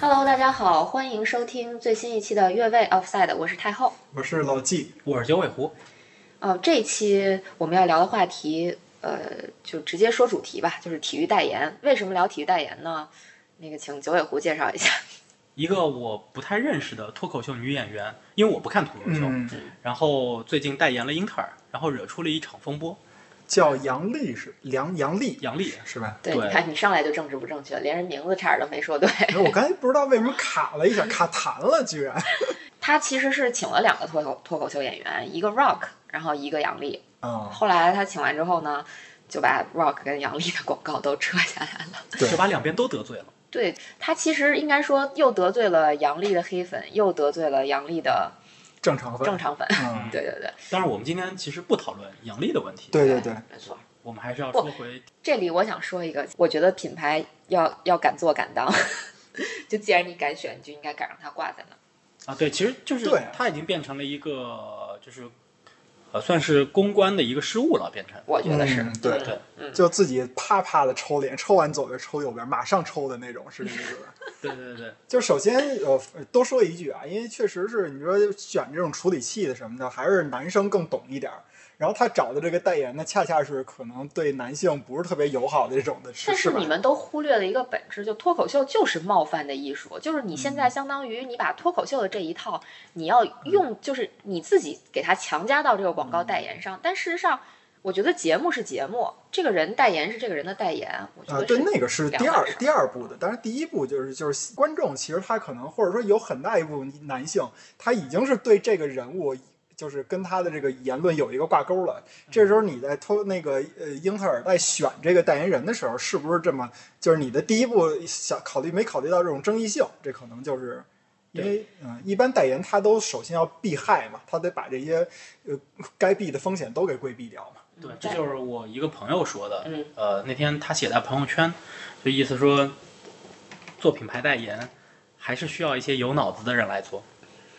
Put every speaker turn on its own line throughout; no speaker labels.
Hello，大家好，欢迎收听最新一期的越位 Offside，我是太后。
我是老纪，
我是九尾狐，
哦，这一期我们要聊的话题，呃，就直接说主题吧，就是体育代言。为什么聊体育代言呢？那个，请九尾狐介绍一下。
一个我不太认识的脱口秀女演员，因为我不看脱口秀，
嗯，
然后最近代言了英特尔，然后惹出了一场风波。
叫杨丽是梁杨丽
杨笠，
是吧？
对，
对
你看你上来就政治不正确，连人名字差点都没说对。
因哎为我刚才不知道为什么卡了一下，卡痰了，居然
他其实是请了两个脱口脱口秀演员，一个 Rock，然后一个杨笠。
啊，
后来他请完之后呢，就把 Rock 跟杨笠的广告都撤下来了。
对
就把两边都得罪了。
对他其实应该说又得罪了杨笠的黑粉，又得罪了杨笠的
正常分
正，常粉。
嗯，
对对对，
当然，我们今天其实不讨论杨笠的问题，
对对对，
没错。
我们还是要说回
这里我想说一个，我觉得品牌要要敢做敢当， 就既然你敢选，你就应该敢让它挂在那儿。
啊，对，其实就是
对
它已经变成了一个就是呃算是公关的一个失误了，变成
我觉得是，
嗯对
嗯
对
嗯，
就自己啪啪的抽脸，抽完左边抽右边，马上抽的那种，是这个意思 吧？
对对对，
就首先呃多说一句啊，因为确实是你说选这种处理器的什么的，还是男生更懂一点儿。然后他找的这个代言呢，恰恰是可能对男性不是特别友好的这种的，是
但
是
是
吧
你？们都忽略了一个本质，就脱口秀就是冒犯的艺术，就是你现在
嗯
相当于你把脱口秀的这一套，你要用就是你自己给它强加到这个广告
嗯
代言上，但事实上。我觉得节目是节目，这个人代言是这个人的代言，我觉
啊，
得
对，
是
那个是
两
第
码
二
事儿
第二步的，但是第一步就是就是观众其实他可能或者说有很大一部分男性，他已经是对这个人物就是跟他的这个言论有一个挂钩了。
嗯
这时候你在偷那个呃英特尔在选这个代言人的时候，是不是这么就是你的第一步想考虑没考虑到这种争议性？这可能就是。因为嗯，一般代言他都首先要避害嘛，他得把这些呃该避的风险都给规避掉嘛。
对，这就是我一个朋友说的。
嗯
呃，那天他写在朋友圈，就意思说，做品牌代言还是需要一些有脑子的人来做。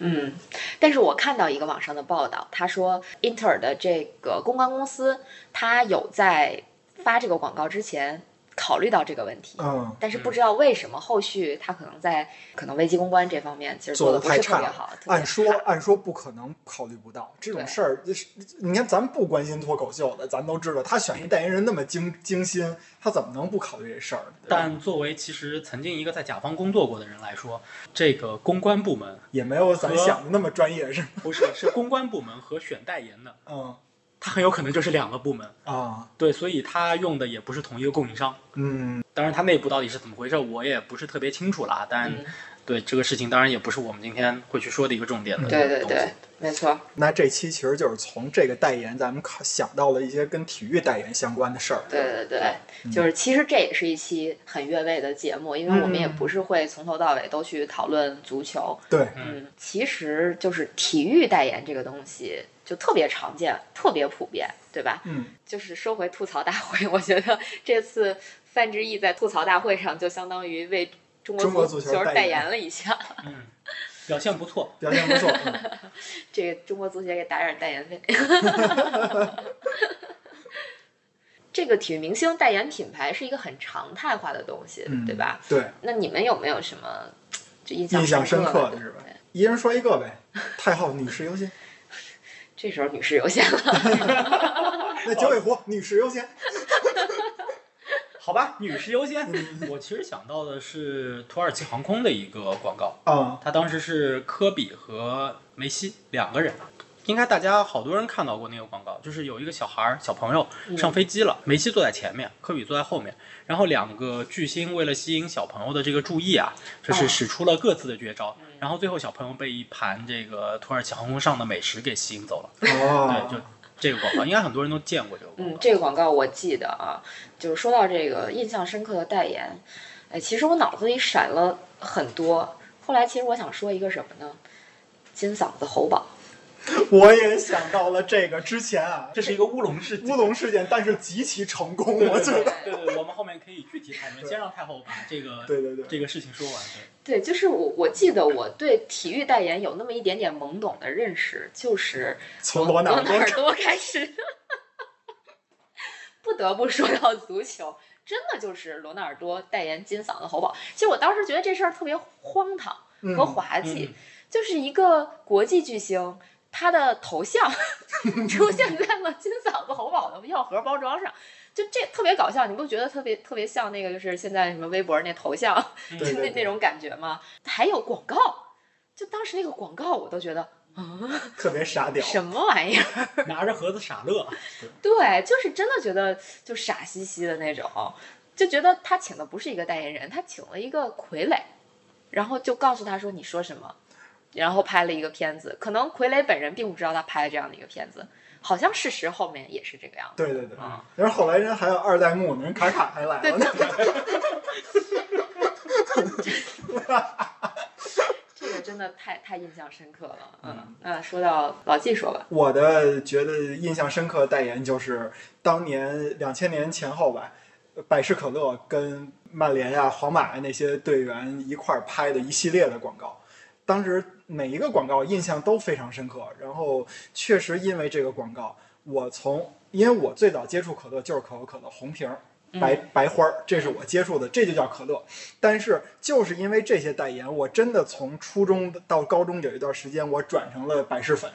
嗯，但是我看到一个网上的报道，他说英特尔的这个公关公司，他有在发这个广告之前考虑到这个问题，
嗯，
但是不知道为什么后续他可能在可能危机公关这方面其实
做
的
得
不
太
是特
差
别
了
好，特别
按说
差
按说不可能考虑不到这种
对
事儿，就是你看咱不关心脱口秀的，咱都知道他
嗯
选一代言人那么精精心，他怎么能不考虑这事儿呢？对吧
但作为其实曾经一个在甲方工作过的人来说，这个公关部门
也没有咱
和
想的那么专业，是吗？
不是是公关部门和选代言的，
嗯
它很有可能就是两个部门。
啊
对，所以它用的也不是同一个供应商。
嗯，
当然，它内部到底是怎么回事，我也不是特别清楚啦。但、
嗯
对这个事情，当然也不是我们今天会去说的一个重点的
对对
东西
对，没错，
那这期其实就是从这个代言，咱们考想到了一些跟体育代言相关的事儿。
对对对，
嗯
就是其实这也是一期很越位的节目，因为我们也
嗯
不是会从头到尾都去讨论足球，
对，
嗯，其实就是体育代言这个东西就特别常见，特别普遍，对吧？
嗯，
就是说回吐槽大会， 我觉得这次范志毅在吐槽大会上就相当于为中
中国
国
足球
球
代
代
言
言了一下，
嗯，表现不错。
表现不错。 嗯
这个中国足协给打点代言费。这个体育明星代言品牌是一个很常态化的东西，
嗯，
对吧？？
对，
那你们有没有什么就印
印象深刻
的
的是吧？一人说一个呗。太后，女士 优先。
这时候女士优先了，
那九尾狐，女士优先。
好吧，女士优
嗯
先。我其实想到的是土耳其航空的一个广告，
啊，
它当时是科比和梅西两个人，应该大家好多人看到过那个广告，就是有一个小孩儿小朋友
嗯
上飞机了，梅西坐在前面，科比坐在后面，然后两个巨星为了吸引小朋友的这个注意啊，
哦
就是使出了各自的绝
嗯
招，然后最后小朋友被一盘这个土耳其航空上的美食给吸引走了。
哦
对，就这个广告，应该很多人都见过这个广告。
嗯，这个广告我记得啊，就是说到这个印象深刻的代言，哎，其实我脑子里闪了很多。后来其实我想说一个什么呢？金嗓子喉宝，
我也想到了这个之前啊，
这是一个乌龙事件
乌。龙事件，但是极其成功，我觉得。
对对，对我们后面可以具体讨论，先让太后把这个
对对对
这个事情说完。
对，就是我我记得我对体育代言有那么一点点懵懂的认识，就是
从罗纳
从
尔
哪
多
儿多开始。不得不说到足球，真的就是罗纳尔多代言金嗓子喉宝。其实我当时觉得这事儿特别荒唐
嗯
和滑稽，就是一个国际巨星，他的头像 出现在了金嗓子喉宝的药盒包装上。就这特别搞笑，你不觉得特别特别像那个就是现在什么微博那头像，
嗯
对
就那那种感觉吗？还有广告，就当时那个广告我都觉得
特别傻屌。
什么玩意儿？
拿着盒子傻乐，
对，就是真的觉得就傻兮兮的那种，就觉得他请的不是一个代言人，他请了一个傀儡，然后就告诉他说你说什么，然后拍了一个片子。可能傀儡本人并不知道他拍了这样的一个片子，好像事实后面也是这个样子。
对对对
啊，
然后后来人还有二代目呢，人卡卡还来了呢。
这个真的太太印象深刻了。嗯，那、说到老纪说吧，
我的觉得印象深刻的代言就是当年两千年前后吧，百事可乐跟曼联呀、皇马呀那些队员一块儿拍的一系列的广告。当时每一个广告印象都非常深刻，然后确实因为这个广告，我从因为我最早接触可乐就是可口可乐红瓶儿白白花儿，这是我接触的，这就叫可乐。但是就是因为这些代言，我真的从初中到高中有一段时间，我转成了百事粉。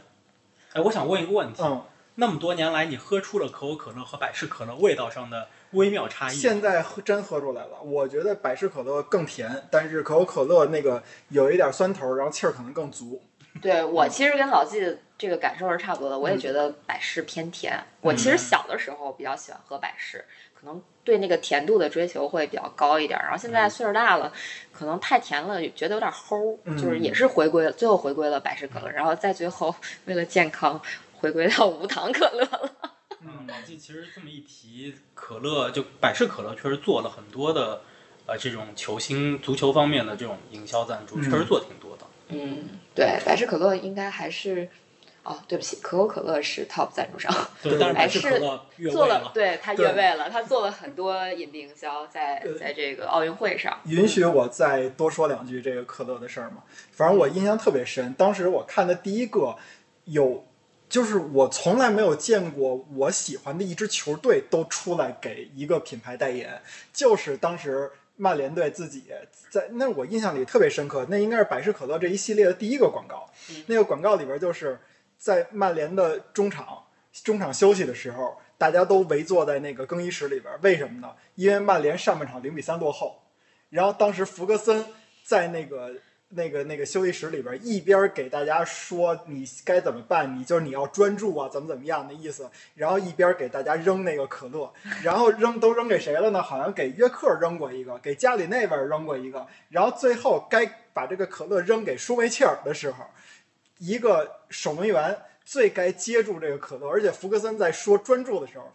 哎，我想问一个问题，
嗯，
那么多年来，你喝出了可口可乐和百事可乐味道上的微妙差异吗？
现在喝真喝出来了，我觉得百事可乐更甜，但是可口可乐那个有一点酸头，然后气儿可能更足。
对我其实跟老纪的这个感受是差不多的，我也觉得百事偏甜。我其实小的时候比较喜欢喝百事，可能对那个甜度的追求会比较高一点。然后现在岁数大了，可能太甜了，觉得有点齁，
嗯
就是也是回归了，最后回归了百事可乐，然后再最后为了健康回归到无糖可乐了。
嗯，老纪其实这么一提，可乐就百事可乐确实做了很多的，呃，这种球星足球方面的这种营销赞助，
嗯
确实做挺多的。
嗯， 对，百事可乐应该还是。哦，对不起，可口可乐是 top 赞助商，
对
但是百
百
事
事
可乐越
做
位
了，对他越
对
位了，他做了很多引力营销在，在
对
这个奥运会上。
允许我再多说两句这个可乐的事儿吗？反正我印象特别深，当时我看的第一个有，就是我从来没有见过我喜欢的一支球队都出来给一个品牌代言，就是当时曼联队自己在那我印象里特别深刻，那应该是百事可乐这一系列的第一个广告
嗯。
那个广告里边就是在曼联的中场中场休息的时候，大家都围坐在那个更衣室里边，为什么呢？因为曼联上半场零比三落后，然后当时福格森在那个。那个那个休息室里边，一边给大家说你该怎么办，你就是你要专注啊，怎么怎么样的意思，然后一边给大家扔那个可乐，然后扔都扔给谁了呢？好像给约克扔过一个，给家里那边扔过一个，然后最后该把这个可乐扔给舒梅切尔的时候，一个守门员最该接住这个可乐，而且福格森在说专注的时候，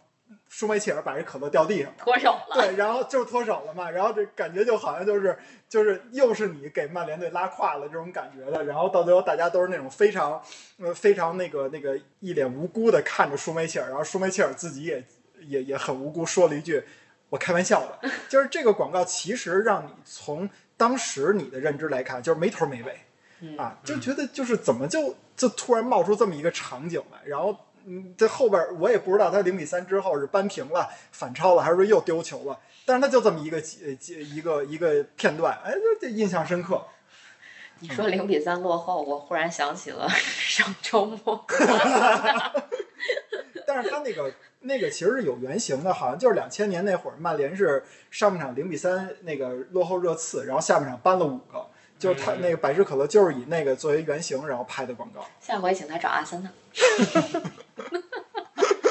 舒梅切尔把这可乐掉地上了。
脱手了。
对，然后就脱手了嘛，然后这感觉就好像就是就是又是你给曼联队拉胯了这种感觉的，然后到最后大家都是那种非常呃非常那个那个一脸无辜的看着舒梅切尔，然后舒梅切尔自己也也也很无辜说了一句我开玩笑 的，就是这个广告其实让你从当时你的认知来看就是没头没尾
嗯
啊，就觉得就是怎么就就突然冒出这么一个场景来，然后。嗯，这后边儿我也不知道他零比三之后是扳平了、反超了，还是说又丢球了。但是他就这么一个几几一个一个片段，哎，这这印象深刻。
你说零比三落后，我忽然想起了 上周末，
但是他那个那个其实是有原型的，好像就是两千年那会儿，曼联是上半场零比三那个落后热刺，然后下半场扳了五个，就是他
嗯
那个百事可乐就是以那个作为原型，然后拍的广告。
下回请他找阿森纳。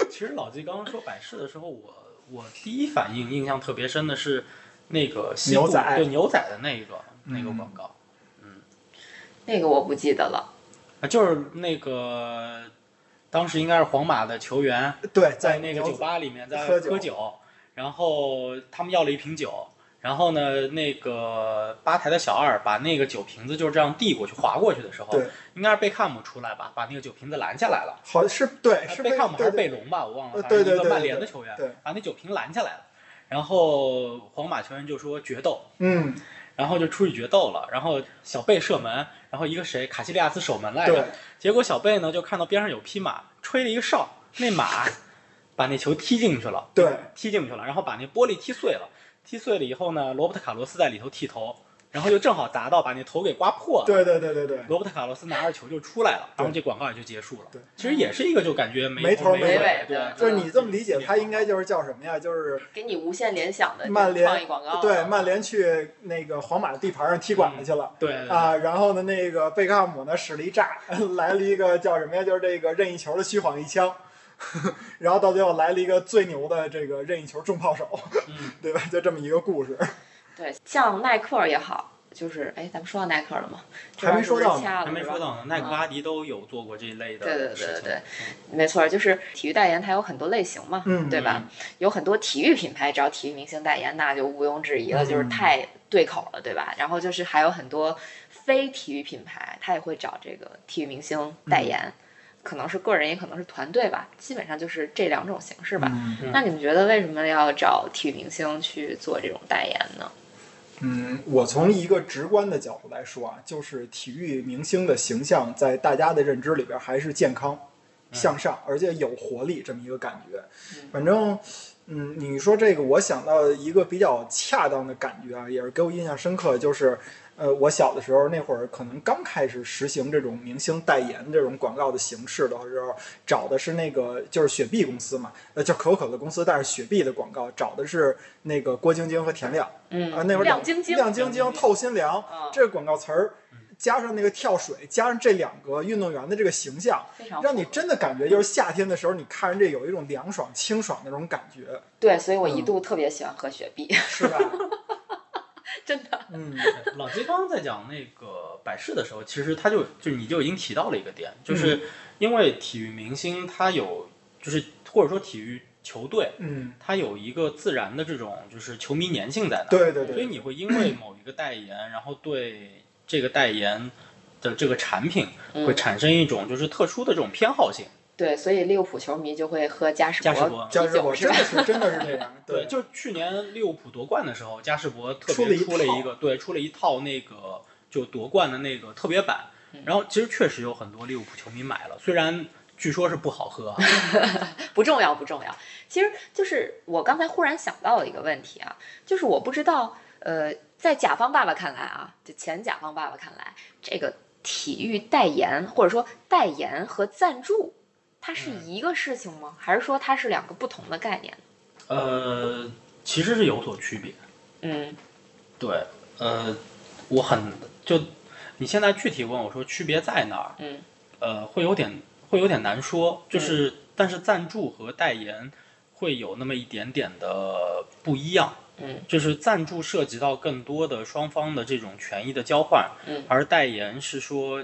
其实老纪刚刚说百事的时候，我我第一反应印象特别深的是那个西部
牛仔
对牛仔的那一个那个
嗯
广告，
那个我不记得了，
啊，就是那个当时应该是皇马的球员
对，
在那个
牛
酒吧里面在
喝酒
酒，然后他们要了一瓶酒，然后呢，那个吧台的小二把那个酒瓶子就这样递过去划过去的时候
对，
应该是贝克汉姆出来吧，把那个酒瓶子拦下来了。
好是对
哎
是
贝克汉姆还
呃对
是贝隆吧，我忘了，
呃
反正
对对
一个
对
曼
对
联的
对
球员
对
把那酒瓶拦下来了。然后皇马球员就说决斗，
嗯
然后就出去决斗了。然后小贝射门，然后一个谁卡西利亚斯守门来
对
着，，结果小贝呢就看到边上有匹马，吹了一个哨，那马把那球踢进去了，
对，
踢进去了，然后把那玻璃踢碎了。踢碎了以后呢，罗伯特卡洛斯在里头剃头，然后又正好砸到，把那头给刮破了。
对对对对对，
罗伯特卡洛斯拿着球就出来了，然后这广告也就结束了。
对，
其实也是一个就感觉
没头
头
没
尾
尾的
就是你这么理解，
嗯
它应该就是叫什么呀？就是
给你无限联想的
曼联
创意广告，
对曼联去那个皇马的地盘上
嗯
踢馆子去了。
对对对
啊，然后呢，那个贝克汉姆呢使了一炸，来了一个叫什么呀？就是这个任意球的虚晃一枪， 然后到最后来了一个最牛的这个任意球重炮手，
嗯
对吧？就这么一个故事。
对，像耐克也好，就是哎，咱们说到耐克了吗？
还没说到
这边是不
呢
是掐了
还没
是吧
说到呢，耐克、阿迪都有做过这一类
对对
的
对
事情。嗯
对没错，就是体育代言，它有很多类型嘛，
嗯
对吧？有很多体育品牌只要体育明星代言，那就毋庸置疑了，
嗯
就是太对口了，对吧？然后就是还有很多非体育品牌，它也会找这个体育明星代言，可能是个人，也可能是团队吧，基本上就是这两种形式吧。
嗯
嗯
那你们觉得为什么要找体育明星去做这种代言呢？
嗯，我从一个直观的角度来说啊，就是体育明星的形象在大家的认知里边还是健康、向上，而且有活力这么一个感觉。反正，嗯，你说这个，我想到一个比较恰当的感觉啊，也是给我印象深刻，就是，呃，我小的时候那会儿，可能刚开始实行这种明星代言这种广告的形式的时候，找的是那个就是雪碧公司嘛，呃，就可口可乐公司，但是雪碧的广告找的是那个郭晶晶和田亮。
嗯，
啊，那会儿
亮晶晶，
亮晶晶、透心凉
嗯，
这个广告词儿，
嗯
加上那个跳水，加上这两个运动员的这个形象，
非常
让你
符合
真的感觉就是夏天的时候，你看着这有一种凉爽、清爽的那种感觉，
对，所以我一
嗯
度特别喜欢喝雪碧，
是吧？
真的。
嗯
对 老金刚刚在讲那个百事的时候，其实他就就你就已经提到了一个点，
嗯
就是因为体育明星他有就是或者说体育球队，
嗯，
它有一个自然的这种就是球迷粘性在那儿，
对对
所
对，
以你会因为某一个代言，然后对这个代言的这个产品
嗯
会产生一种就是特殊的这种偏好性。
对，所以利物浦球迷就会喝嘉士
嘉士
伯
伯
加
啤
之
酒
我
是
真
吧
的？是真的是这 样，对，
就是去年利物浦夺冠的时候，嘉士伯特
出了
别
一
出了一
套
个对出了一套那个就夺冠的那个特别版，然后其实确实有很多利物浦球迷买了，虽然据说是不好喝啊，
不重要，不重要。其实就是我刚才忽然想到了一个问题啊，就是我不知道，呃，在甲方爸爸看来啊，就前甲方爸爸看来，这个体育代言或者说代言和赞助，它是
嗯
一个事情吗？还是说它是两个不同的概念？
呃，其实是有所区别。
嗯
对，呃，我很就你现在具体问我说区别在哪儿，
嗯
呃，会有点会有点难说，就是、但是赞助和代言会有那么一点点的不一样，
嗯
就是赞助涉及到更多的双方的这种权益的交换，
嗯
而代言是说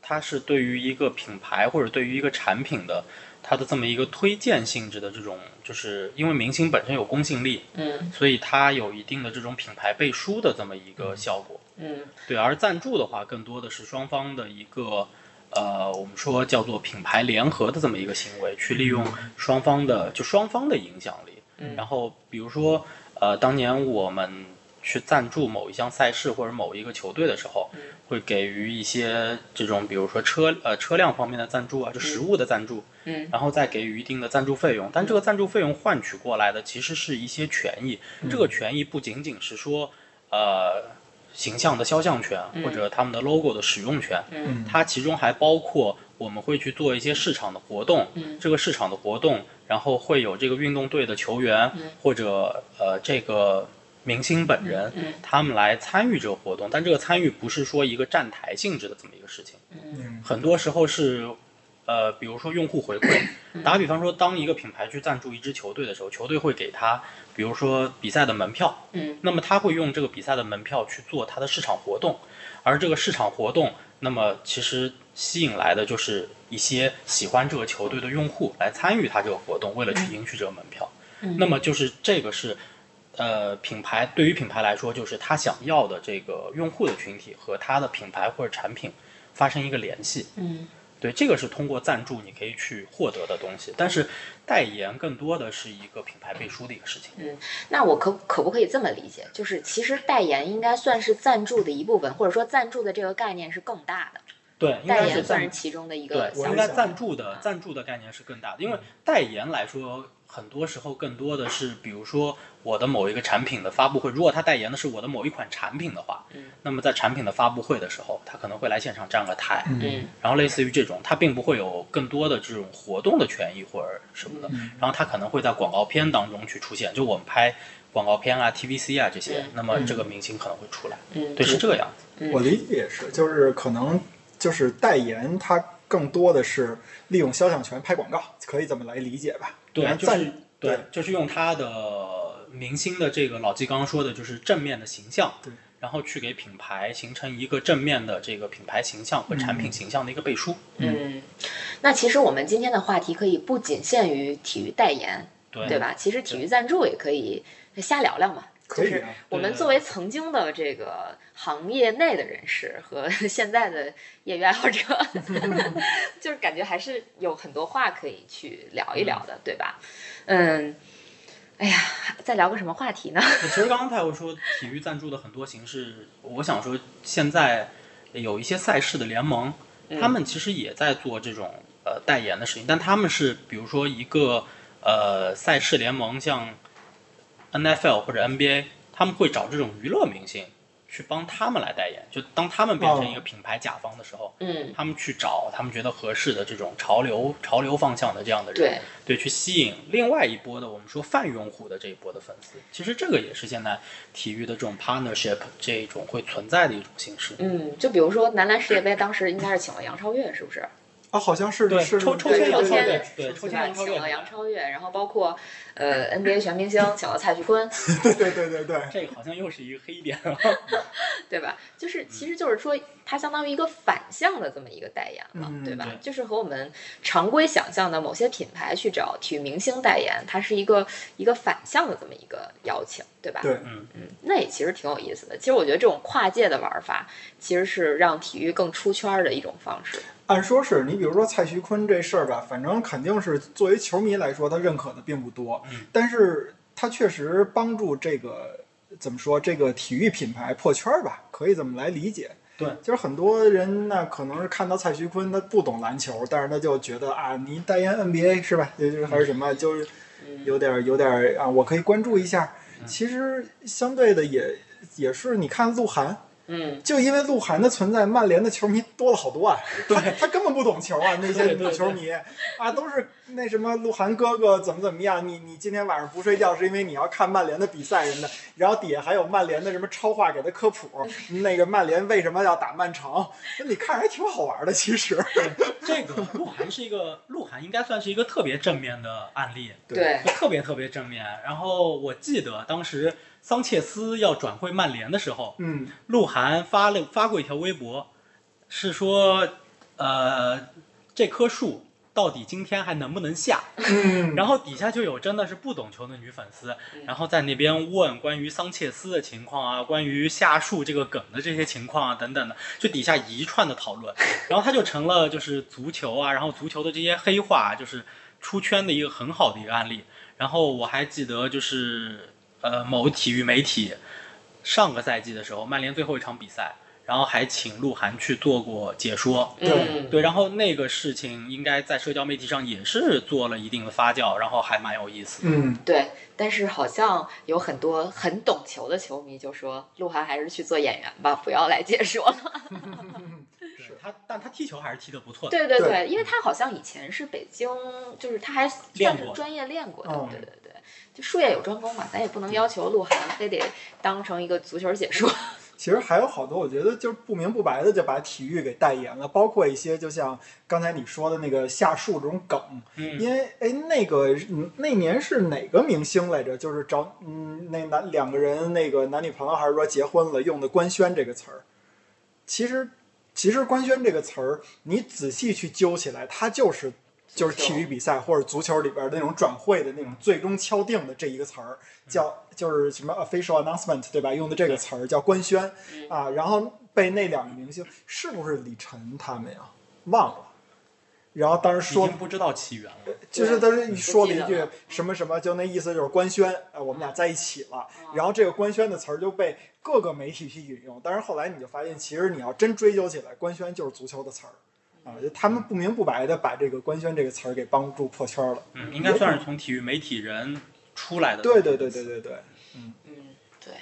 它是对于一个品牌或者对于一个产品的。它的这么一个推荐性质的这种，就是因为明星本身有公信力，
嗯
所以它有一定的这种品牌背书的这么一个效果。
嗯
对，而赞助的话，更多的是双方的一个，呃，我们说叫做品牌联合的这么一个行为，去利用双方的就双方的影响力。
嗯
然后比如说，呃，当年我们去赞助某一项赛事或者某一个球队的时候
嗯，
会给予一些这种，比如说车呃车辆方面的赞助啊，就食物的赞助，
嗯
然后再给予一定的赞助费用，但这个赞助费用换取过来的其实是一些权益，
嗯
这个权益不仅仅是说呃形象的肖像权
嗯
或者他们的 logo 的使用权，
嗯
它其中还包括我们会去做一些市场的活动，
嗯
这个市场的活动，然后会有这个运动队的球员、
嗯
或者呃这个明星本人。
嗯
他们来参与这个活动，但这个参与不是说一个站台性质的这么一个事情，
嗯
很多时候是，呃，比如说用户回馈，
嗯
打比方说，当一个品牌去赞助一支球队的时候，球队会给他，比如说比赛的门票，
嗯
那么他会用这个比赛的门票去做他的市场活动，而这个市场活动，那么其实吸引来的就是一些喜欢这个球队的用户来参与他这个活动，为了去赢取这个门票。
嗯
那么就是这个是，呃，品牌对于品牌来说，就是他想要的这个用户的群体和他的品牌或者产品发生一个联系。
嗯
对，这个是通过赞助你可以去获得的东西，但是代言更多的是一个品牌背书的一个事情。
那我可可不可以这么理解？就是其实代言应该算是赞助的一部分，或者说赞助的这个概念是更大的，
对，应
代
该是
言算
赞
是哎嗯
助。
其中的一
对
个，
我
项
应
目。
该赞助的赞助的概念是更大的，因为代言来说很多时候更多的是，比如说我的某一个产品的发布会，如果他代言的是我的某一款产品的话，
嗯
那么在产品的发布会的时候，他可能会来现场站个台，
嗯
然后类似于这种，他并不会有更多的这种活动的权益或者什么的，
嗯
然后他可能会在广告片当中去出现，就我们拍广告片啊、TVC 啊这些
嗯，
那么这个明星可能会出来，
嗯，
对，是这个样子，
嗯
我理解也是，就是可能就是代言，它更多的是利用肖像权拍广告，可以这么来理解吧？
对，
然后
就
赞
是对，就是用他的明星的这个老纪刚刚说的，就是正面的形象，
对，
然后去给品牌形成一个正面的这个品牌形象和产品形象的一个背书，
嗯，那其实我们今天的话题可以不仅限于体育代言，
对
对？吧？其实体育赞助也可以瞎聊聊嘛。
可以
就是
啊
我们
对
作为曾经的这个行业内的人士和现在的业余爱好者，就是感觉还是有很多话可以去聊一聊的，对吧？嗯，哎呀，再聊个什么话题呢？
其实刚刚派我说体育赞助的很多形式，我想说现在有一些赛事的联盟，他们其实也在做这种呃代言的事情，但他们是比如说一个呃赛事联盟，像 N F L 或者 N B A，他们会找这种娱乐明星去帮他们来代言，就当他们变成一个品牌甲方的时候，
嗯，
他们去找他们觉得合适的这种潮流潮流方向的这样的人，
对，
对，去吸引另外一波的我们说泛用户的这一波的粉丝。其实这个也是现在体育的这种 partnership 这一种会存在的一种形式。
嗯，就比如说男篮世界杯，当时应该是请了杨超越，是不是？
啊，好像是
对
是
抽抽
对
对，
对
签
抽
对
抽
签
对
签
对
对抽
对
签
吧？
杨超
请
越
了杨超越，然后包括呃 NBA 全明星，请了蔡徐坤，
对对对对，
这个好像又是一个黑点。
对吧？就是其实就是说，它相当于一个反向的这么一个代言了，
嗯
对吧
对
就是和我们常规想象的某些品牌去找体育明星代言，它是一个一个反向的这么一个邀请，对吧？
对
嗯
嗯，那也其实挺有意思的。其实我觉得这种跨界的玩法，其实是让体育更出圈儿的一种方式。
按说是你比如说蔡徐坤这事儿吧，反正肯定是作为球迷来说，他认可的并不多，
嗯
但是他确实帮助这个怎么说这个体育品牌破圈儿吧，可以这么来理解。
对
就是很多人呢，可能是看到蔡徐坤，他不懂篮球，但是他就觉得啊，你代言 NBA 是吧？就是还是什
嗯
么，就是有点儿有点儿啊，我可以关注一下。
嗯
其实相对的也也是，你看鹿晗，
嗯，
就因为鹿晗的存在，曼联的球迷多了好多啊。他 他根本不懂球啊，那些
对对对
球迷啊，都是那什么鹿晗哥哥怎么怎么样，你你今天晚上不睡觉是因为你要看曼联的比赛什么的，然后底下还有曼联的什么超话给他科普，那个曼联为什么要打曼城，那你看着还挺好玩的，其实。
这个鹿晗是一个鹿晗应该算是一个特别正面的案例，
对
就特别特别正面。然后我记得当时桑切斯要转会曼联的时候，
嗯，
鹿晗发了发过一条微博，是说，呃，这棵树到底今天还能不能下？
嗯，
然后底下就有真的是不懂球的女粉丝，然后在那边问关于桑切斯的情况啊，关于下树这个梗的这些情况啊等等的，就底下一串的讨论，然后他就成了就是足球啊，然后足球的这些黑话啊就是出圈的一个很好的一个案例。然后我还记得就是呃某体育媒体上个赛季的时候，曼联最后一场比赛，然后还请鹿晗去做过解说，
嗯，
对，然后那个事情应该在社交媒体上也是做了一定的发酵，然后还蛮有意思的。
嗯，
对，但是好像有很多很懂球的球迷就说，鹿晗还是去做演员吧，不要来解说 了。
是
他，但他踢球还是踢得不错的。
对对
对
对，因为他好像以前是北京，就是他还算
嗯练
是
过的哦
专业练过的，
嗯
对对对，就术业有专攻嘛，咱也不能要求鹿晗非得当成一个足球解说。
其实还有好多，我觉得就是不明不白的就把体育给代言了，包括一些就像刚才你说的那个下树这种梗，
嗯
因为哎那个嗯那年是哪个明星来着？就是找嗯那男两个人那个男女朋友还是说结婚了用的“官宣”这个词儿，其实其实“官宣”这个词儿你仔细去揪起来，它就是。就是体育比赛或者足球里边的那种转会的那种最终敲定的这一个词儿，叫就是什么 official announcement 对吧？用的这个词儿叫官宣啊，然后被那两个明星是不是李晨他们呀？忘了。然后当时
已
说
经不知道起源了。
就是当时
对
一说了
你
一
不记得了
句什么什么，就那意思就是官宣，呃，我们俩在一起了。
嗯
然后这个官宣的词儿就被各个媒体去引用，但是后来你就发现，其实你要真追究起来，官宣就是足球的词儿，啊，就他们不明不白的把这个官宣这个词儿给帮助破圈了。
嗯，应该算是从体育媒体人出来的。
对对对对对对，
嗯，对，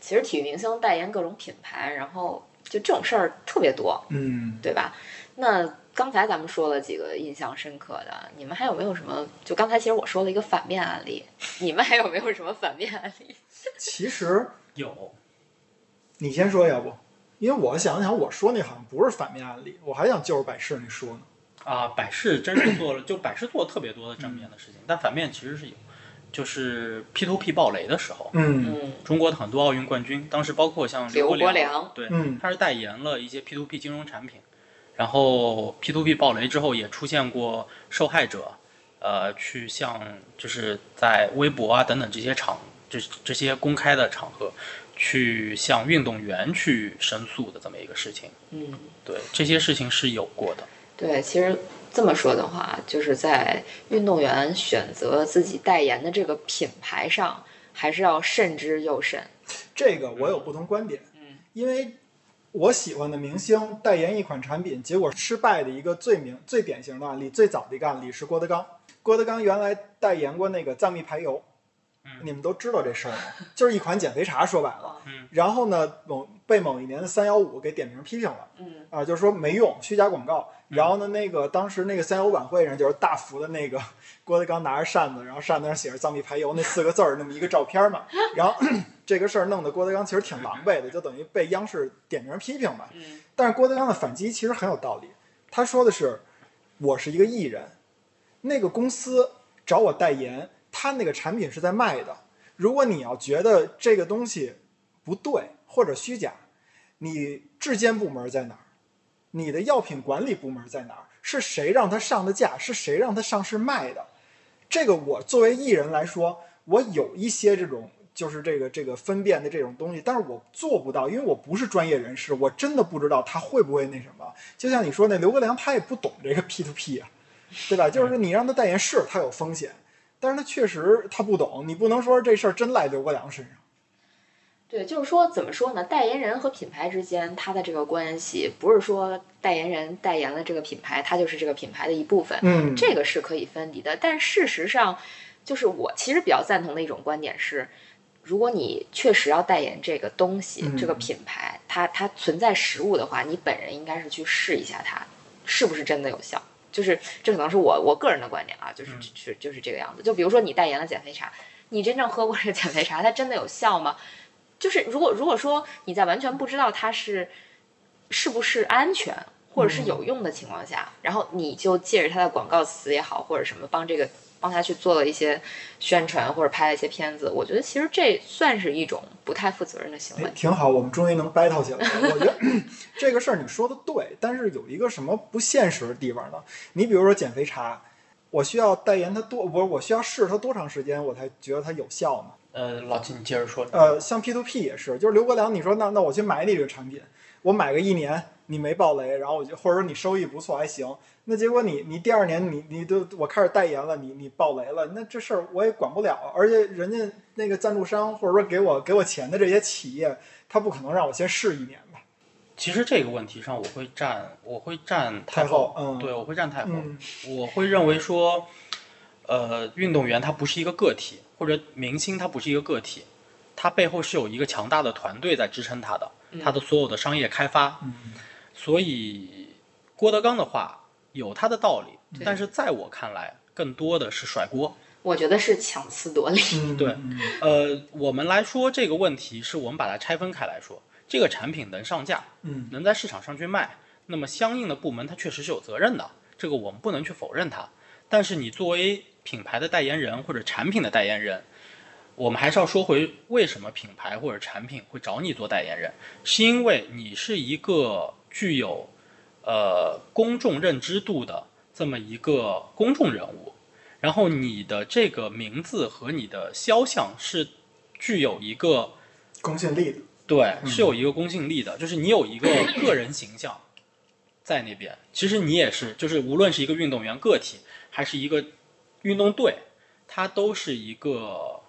其实体育明星代言各种品牌，然后就这种事儿特别多，
嗯，
对吧？那刚才咱们说了几个印象深刻的，你们还有没有什么？就刚才其实我说了一个反面案例， 你们还有没有什么反面案例？
其实
有，
你先说要不？因为我想想，我说那好像不是反面案例，我还想就是百事那说呢。
啊，百事真是做了，就 百事做了特别多的正面的事情，但反面其实是有，就是 P to P 暴雷的时候，
嗯
嗯
中国的很多奥运冠军，当时包括像刘
刘国
梁
梁，
对，
嗯
他是代言了一些 P to P 金融产品，然后 P to P 暴雷之后也出现过受害者，呃，去向就是在微博啊等等这些场，这这些公开的场合，去向运动员去申诉的这么一个事情，
嗯，
对，这些事情是有过的。
对，其实这么说的话，就是在运动员选择自己代言的这个品牌上，还是要慎之又慎。
这个我有不同观点，
嗯，
因为我喜欢的明星代言一款产品，结果失败的一个最明最典型的案例，最早的一个案例是郭德纲。郭德纲原来代言过那个藏秘排油，
嗯
你们都知道这事儿吗？就是一款减肥茶，说白了。
嗯
然后呢，某被某一年的三幺五给点名批评了。
嗯
啊，就是说没用，虚假广告。然后呢，那个当时那个三幺五晚会上，就是大幅的那个郭德纲拿着扇子，然后扇子上写着“藏秘排油”那四个字儿，那么一个照片嘛。然后 这个事儿弄得郭德纲其实挺狼狈的，就等于被央视点名批评吧。
嗯
但是郭德纲的反击其实很有道理，他说的是：“我是一个艺人，那个公司找我代言，他那个产品是在卖的。如果你要觉得这个东西不对或者虚假，你质监部门在哪儿？你的药品管理部门在哪儿？是谁让他上的架？是谁让他上市卖的？这个我作为艺人来说，我有一些这种就是这个这个分辨的这种东西，但是我做不到，因为我不是专业人士，我真的不知道他会不会那什么。就像你说那刘国梁，他也不懂这个 P to P 啊，对吧？就是你让他代言是他有风险，但是他确实他不懂，你不能说这事儿真赖刘国梁身上。
对，就是说，怎么说呢？代言人和品牌之间，它的这个关系，不是说代言人代言了这个品牌，它就是这个品牌的一部分，
嗯
这个是可以分离的。但事实上，就是我其实比较赞同的一种观点是，如果你确实要代言这个东西、
嗯
这个品牌，它它存在实物的话，你本人应该是去试一下它是不是真的有效。就是这可能是我我个人的观点啊，就是
嗯
是就是这个样子。就比如说你代言了减肥茶，你真正喝过这个减肥茶，它真的有效吗？就是如果如果说你在完全不知道它是是不是安全或者
嗯
是有用的情况下，然后你就借着它的广告词也好，或者什么帮这个帮他去做了一些宣传或者拍了一些片子，我觉得其实这算是一种不太负责任的行
哎
为，。
挺好，我们终于能 battle 起来了。我觉得这个事儿你说的对，但是有一个什么不现实的地方呢？你比如说减肥茶，我需要代言它多，不是我需要试它多长时间我才觉得它有效呢？
呃，老季，你接着说。
呃，像 P to P 也是，就是刘国梁，你说那那我去买你这个产品，我买个一年，你没爆雷，然后我就或者说你收益不错还行，那结果你你第二年你你都我开始代言了，你你爆雷了，那这事儿我也管不了啊，而且人家那个赞助商或者说给我给我钱的这些企业，他不可能让我先试一年吧？
其实这个问题上，我会站，我会站
太
后
后，，嗯，
对，我会站太后。
嗯
我会认为说，呃，运动员他不是一个个体，或者明星他不是一个个体，他背后是有一个强大的团队在支撑他的，他的所有的商业开发。
嗯
所以郭德纲的话有他的道理，
对
但是在我看来，更多的是甩锅。
我觉得是强词夺理。
嗯，
对
嗯
呃，我们来说这个问题，是我们把它拆分开来说，这个产品能上架，
嗯
能在市场上去卖，那么相应的部门它确实是有责任的，这个我们不能去否认它。但是你作为品牌的代言人或者产品的代言人，我们还是要说回为什么品牌或者产品会找你做代言人，是因为你是一个具有呃公众认知度的这么一个公众人物，然后你的这个名字和你的肖像是具有一个
公信力的，
对，是有一个公信力的，就是你有一个个人形象在那边。其实你也是，就是无论是一个运动员个体，还是一个运动队，它都是一个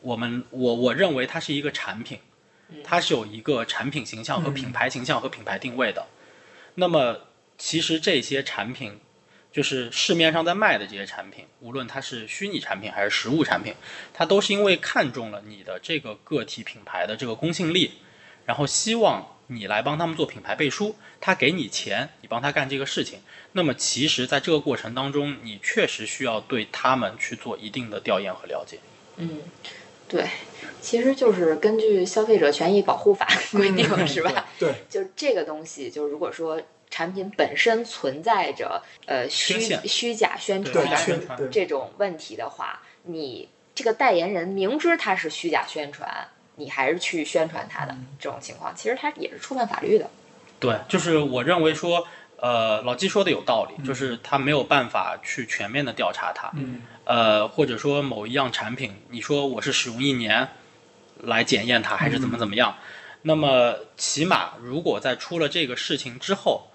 我们我我认为它是一个产品，它是有一个产品形象和
嗯
品牌形象和品牌定位的。那么其实这些产品，就是市面上在卖的这些产品，无论它是虚拟产品还是实物产品，它都是因为看中了你的这个个体品牌的这个公信力，然后希望你来帮他们做品牌背书，他给你钱，你帮他干这个事情。那么其实，在这个过程当中，你确实需要对他们去做一定的调研和了解。
嗯，对，其实就是根据《消费者权益保护 法》规定，是吧？
嗯对，
就是这个东西，就是如果说产品本身存在着呃虚
缺陷
虚假宣
对
对
来
传
确
宣传
对
这种问题的话，你这个代言人明知他是虚假宣传，你还是去宣传他
嗯
的这种情况，其实他也是触犯法律的。
对，就是我认为说，呃，老纪说的有道理，就是他没有办法去全面的调查它，
嗯，
呃，或者说某一样产品，你说我是使用一年来检验它，还是怎
嗯
么怎么样？那么起码如果在出了这个事情之后，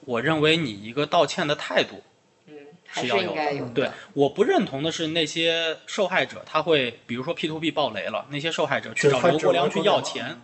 我认为你一个道歉的态度
嗯，还
是
是
要
应
有
该
的。
嗯
有的。
对，我不认同的是那些受害者，他会比如说 P to P 爆雷了，那些受害者去
对
找
他
刘
只
国
有
梁
刘
去
国
要
梁
钱，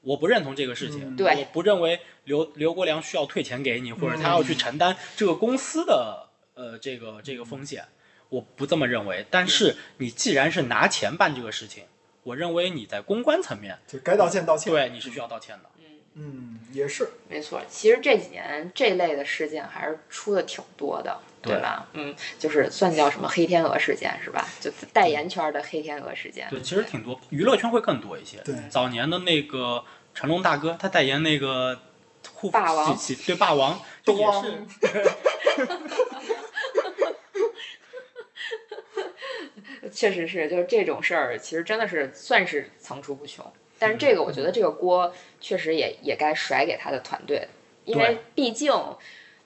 我不认同这个事情，
嗯
对
我不认为刘刘国梁需要退钱给你，或者他要去承担这个公司的呃这个这个风险，我不这么认为。但是你既然是拿钱办这个事情，我认为你在公关层面，
就该道歉道歉。
对你是需要道歉的。
嗯，也是，
没错，其实这几年这类的事件还是出的挺多的，对
对
吧？嗯，就是算叫什么黑天鹅事件是吧？就代言圈的黑天鹅事件。
对，其实挺多，娱乐圈会更多一些。
对
早年的那个成龙大哥，他代言那个护
霸王
洗洗对霸王，这也
汪
是
确实是，就是这种事儿，其实真的是算是层出不穷。但
嗯
是这个，我觉得这个锅确实也也该甩给他的团队，因为
对
毕竟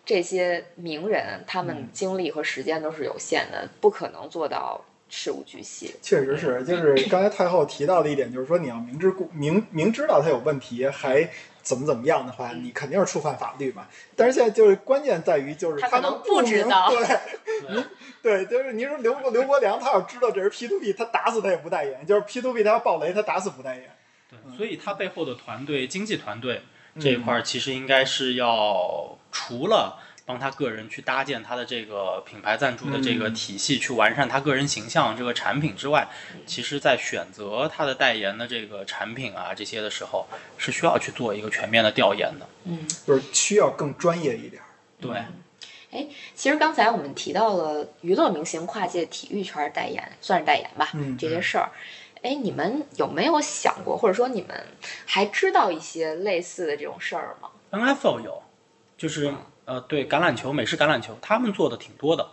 这些名人他
嗯
们精力和时间都是有限的，不可能做到事无巨细。
确实是， 就是刚才太后提到的一点，就是说你要明知故明明知道他有问题，还怎么怎么样的
嗯
话，你肯定是触犯法律嘛。但是现在就是关键在于，就是
他可
他
能
们
不知
明
道
对，对，就是你说刘国刘国梁，他要知道这是 P to P，他打死他也不代言；就是 P to P，他要爆雷，他打死不代言。
对，所以他背后的团队、经济团队这一块，儿，其实应该是要除了帮他个人去搭建他的这个品牌赞助的这个
嗯
体系，去完善他个人形象这个产品之外，其实在选择他的代言的这个产品啊这些的时候，是需要去做一个全面的调研的。
嗯，
就是需要更专业一点。
对，
其实刚才我们提到了娱乐明星跨界体育圈代言，算是代言吧，
嗯
这些事儿。哎，你们有没有想过，或者说你们还知道一些类似的这种事儿吗？
N F L 有，就是呃，对橄榄球，美式橄榄球，他们做的挺多的。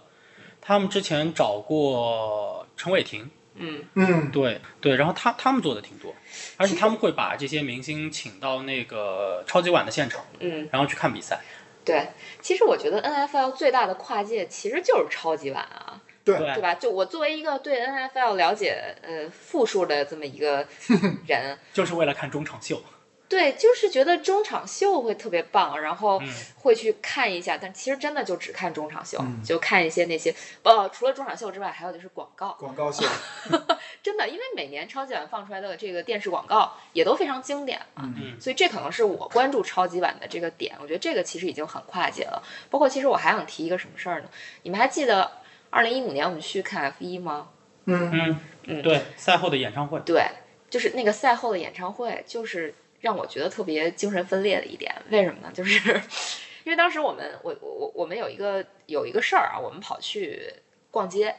他们之前找过陈伟霆，
嗯
嗯，
对对，然后他他们做的挺多，而且他们会把这些明星请到那个超级碗的现场，
嗯，
然后去看比赛。
对。其实我觉得 N F L 最大的跨界其实就是超级碗啊，
对
对
对
吧？就我作为一个对 N F L 了解呃负数的这么一个人，
就是为了看中场秀。
对，就是觉得中场秀会特别棒，然后
嗯
会去看一下，但其实真的就只看中场秀，
嗯
就看一些那些呃，除了中场秀之外，还有就是广告，
广告秀，
真的，因为每年超级碗放出来的这个电视广告也都非常经典嘛，
嗯
所以这可能是我关注超级碗的这个点。我觉得这个其实已经很跨界了。包括其实我还想提一个什么事儿呢？你们还记得二零一五年我们去看 F 一吗？
嗯，
嗯
嗯
对，赛后的演唱会，
对，就是那个赛后的演唱会，就是让我觉得特别精神分裂的一点。为什么呢？就是 因为当时我们我我我我们有一个有一个事儿啊，我们跑去逛街，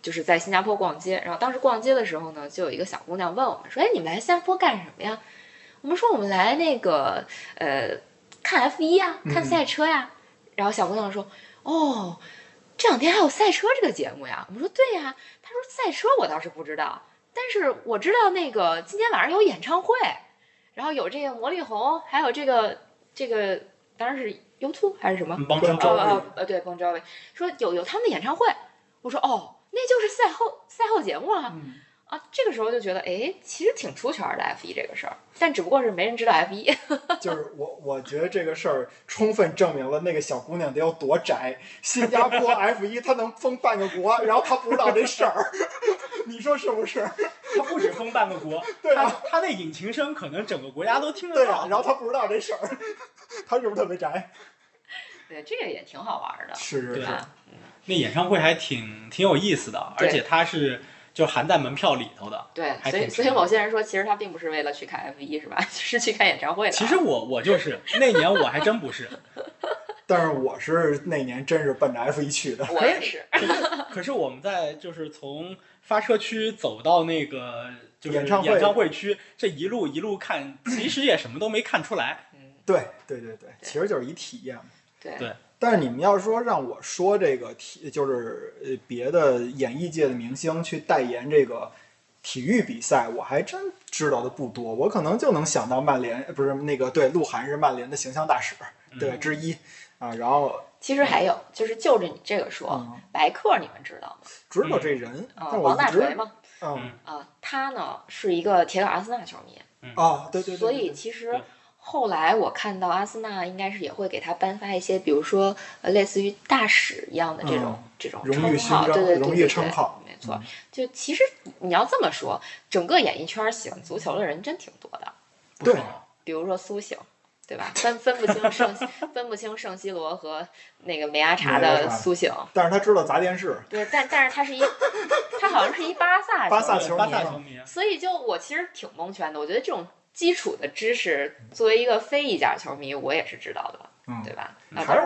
就是在新加坡逛街。然后当时逛街的时候呢，就有一个小姑娘问我们说：“哎，你们来新加坡干什么呀？”我们说：“我们来那个呃看 F 一呀，看赛车呀。然后小姑娘说：“哦。”这两天还有赛车这个节目呀？我们说对呀。她说赛车我倒是不知道，但是我知道那个今天晚上有演唱会，然后有这个魔力红，还有这个这个当然是 YouTube 还是什么？
嗯帮助
周
哦
围
哦呃对，Bon Jovi 说有有他们的演唱会，我说哦，那就是赛后赛后节目啊
嗯
啊！这个时候就觉得哎，其实挺出圈的 F 一这个事儿，但只不过是没人知道 F 一。
就是我，我觉得这个事儿充分证明了那个小姑娘得有多宅。新加坡 F 一她能封半个国，然后她不知道这事儿， 你说是不是？
他不止封半个国，
对
他
啊
他那引擎声可能整个国家都听得
对啊
到。
啊，然后她不知道这事儿，她是不是特别宅？
对，这个也挺好玩的， 对啊
是是
对
吧？
那演唱会还挺挺有意思的，
对
而且它是就含在门票里头的。
对，
还
所以
挺
所以
神
某些人说，其实他并不是为了去看 MV 是吧？ 是去看演唱会的啊。
其实我我就是那年我还真不是，
但是我是那年真是奔着 F 一去的，
我也是，
可是我们在就是从发车区走到那个就是
演唱会
区，这一路一路看，其实也什么都没看出来。
嗯，
对对对对，其实就是一体验嘛。
对
对
但是你们要说让我说这个体，就是呃别的演艺界的明星去代言这个体育比赛，我还真知道的不多。我可能就能想到曼联，呃不是那个对，鹿晗是曼联的形象大使对之一啊。然后
其实还有就是就着你这个说
嗯，
白客你们知道吗？
知道这人，
啊，
但
王
我
大
一
锤
直
嘛，
嗯
啊，他呢是一个铁杆阿森纳球迷，
啊，对对对，
所
对
以
对
其实
对
后来我看到阿森纳应该是也会给他颁发一些，比如说呃类似于大使一样的这种、这种
嗯荣
称
誉
号，
勋章
对对对
荣
对
誉
对，
称号嗯
没错。就其实你要这么说，整个演艺圈喜欢足球的人真挺多的，
不是
对
吗
比如说苏醒。对吧？分分不清 圣分不清圣西罗和那个梅阿查
梅阿
的
查
苏醒，
但是他知道砸电视，
对，但但是他是一，他好像是一巴 萨
巴
球
萨
迷
球迷
巴萨球迷，
所以就我其实挺蒙圈的，我觉得这种基础的知识，作为一个非意甲球迷，我也是知道的，
嗯
对吧？啊，
还是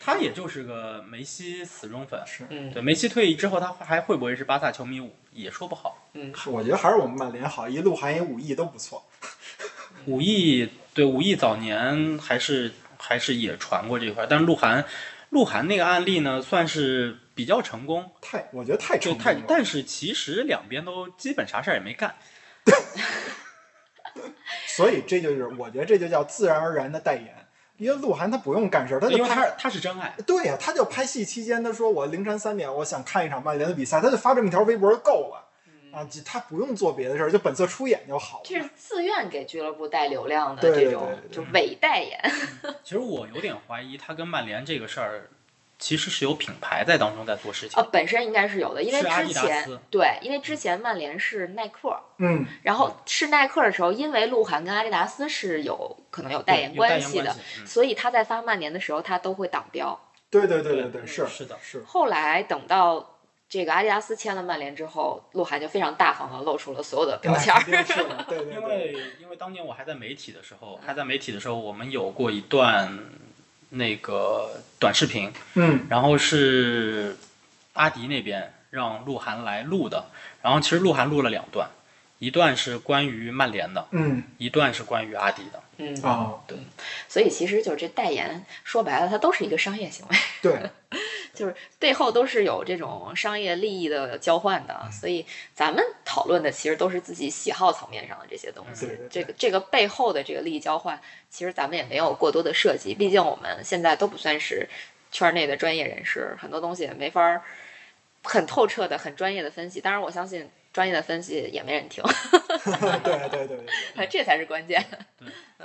他也就是个梅西死忠粉。
是
嗯
对，梅西退役之后，他还会不会是巴萨球迷？也说不好。
嗯，
我觉得还是我们曼联好，一鹿晗一武艺都不错。
武艺对武艺早年还是还是也传过这一块，但是鹿晗，鹿晗那个案例呢，算是比较成功。
太，我觉得太
就
成功
太，
了。
但是其实两边都基本啥事儿也没干。
所以这就是我觉得这就叫自然而然的代言。因为鹿晗他不用干事儿，他
因
就
为他
拍。
他是真爱，
对呀、他就拍戏期间，他说我凌晨三点我想看一场曼联的比赛，他就发这么一条微博就够了啊，就他不用做别的事儿，就本色出演就好
嗯这
了。
是自愿给俱乐部带流量的
对对
这种
对对对
就伪代言，
其实我有点怀疑他跟曼联这个事儿，其实是有品牌在当中在做事情。
呃，本身应该是有的，因为
是阿
之
迪达斯
前对，因为之前曼联是耐克，
嗯，
然后是耐克的时候，因为鹿晗跟阿迪达斯是有可能有代言
有代
关
言
系的
关，系嗯
所以他在发曼联的时候，他都会挡标。
对对对对对，是
是的
是，
后来等到这个阿迪达斯签了曼联之后，鹿晗就非常大方的露出了所有的标签
那
儿
肯。定是的对对
嗯 因
对，
为因为当年我还在媒体的时候，还在媒体的时候，我们有过一段那个短视频，
嗯，
然后是阿迪那边让鹿晗来录的，然后其实鹿晗录了两段，一段是关于曼联的，
嗯
一段是关于阿迪的。
嗯，
啊，
所以其实就是这代言，说白了，它都是一个商业行为，
对，
就是背后都是有这种商业利益的交换的。所以咱们讨论的其实都是自己喜好层面上的这些东西。
嗯对对对
这个这个背后的这个利益交换，其实咱们也没有过多的涉及，毕竟我们现在都不算是圈内的专业人士，很多东西也没法儿很透彻的、很专业的分析。当然，我相信专业的分析也没人听，
对对对对，
这才是关键。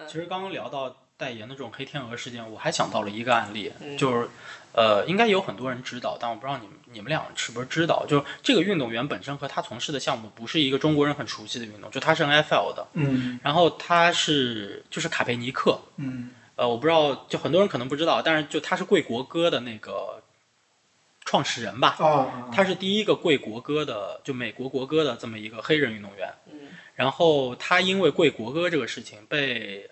其实刚刚聊到代言的这种黑天鹅事件，我还想到了一个案例，
嗯
就是呃，应该有很多人知道，但我不知道你们你们俩是不是知道，就是这个运动员本身和他从事的项目不是一个中国人很熟悉的运动，就他是 NFL 的，
嗯
然后他是就是卡佩尼克，
嗯，
呃，我不知道，就很多人可能不知道，但是就他是贵国歌的那个创始人吧，
啊啊，
他是第一个贵国歌的，就美国国歌的这么一个黑人运动员。
嗯
然后他因为跪国歌这个事情被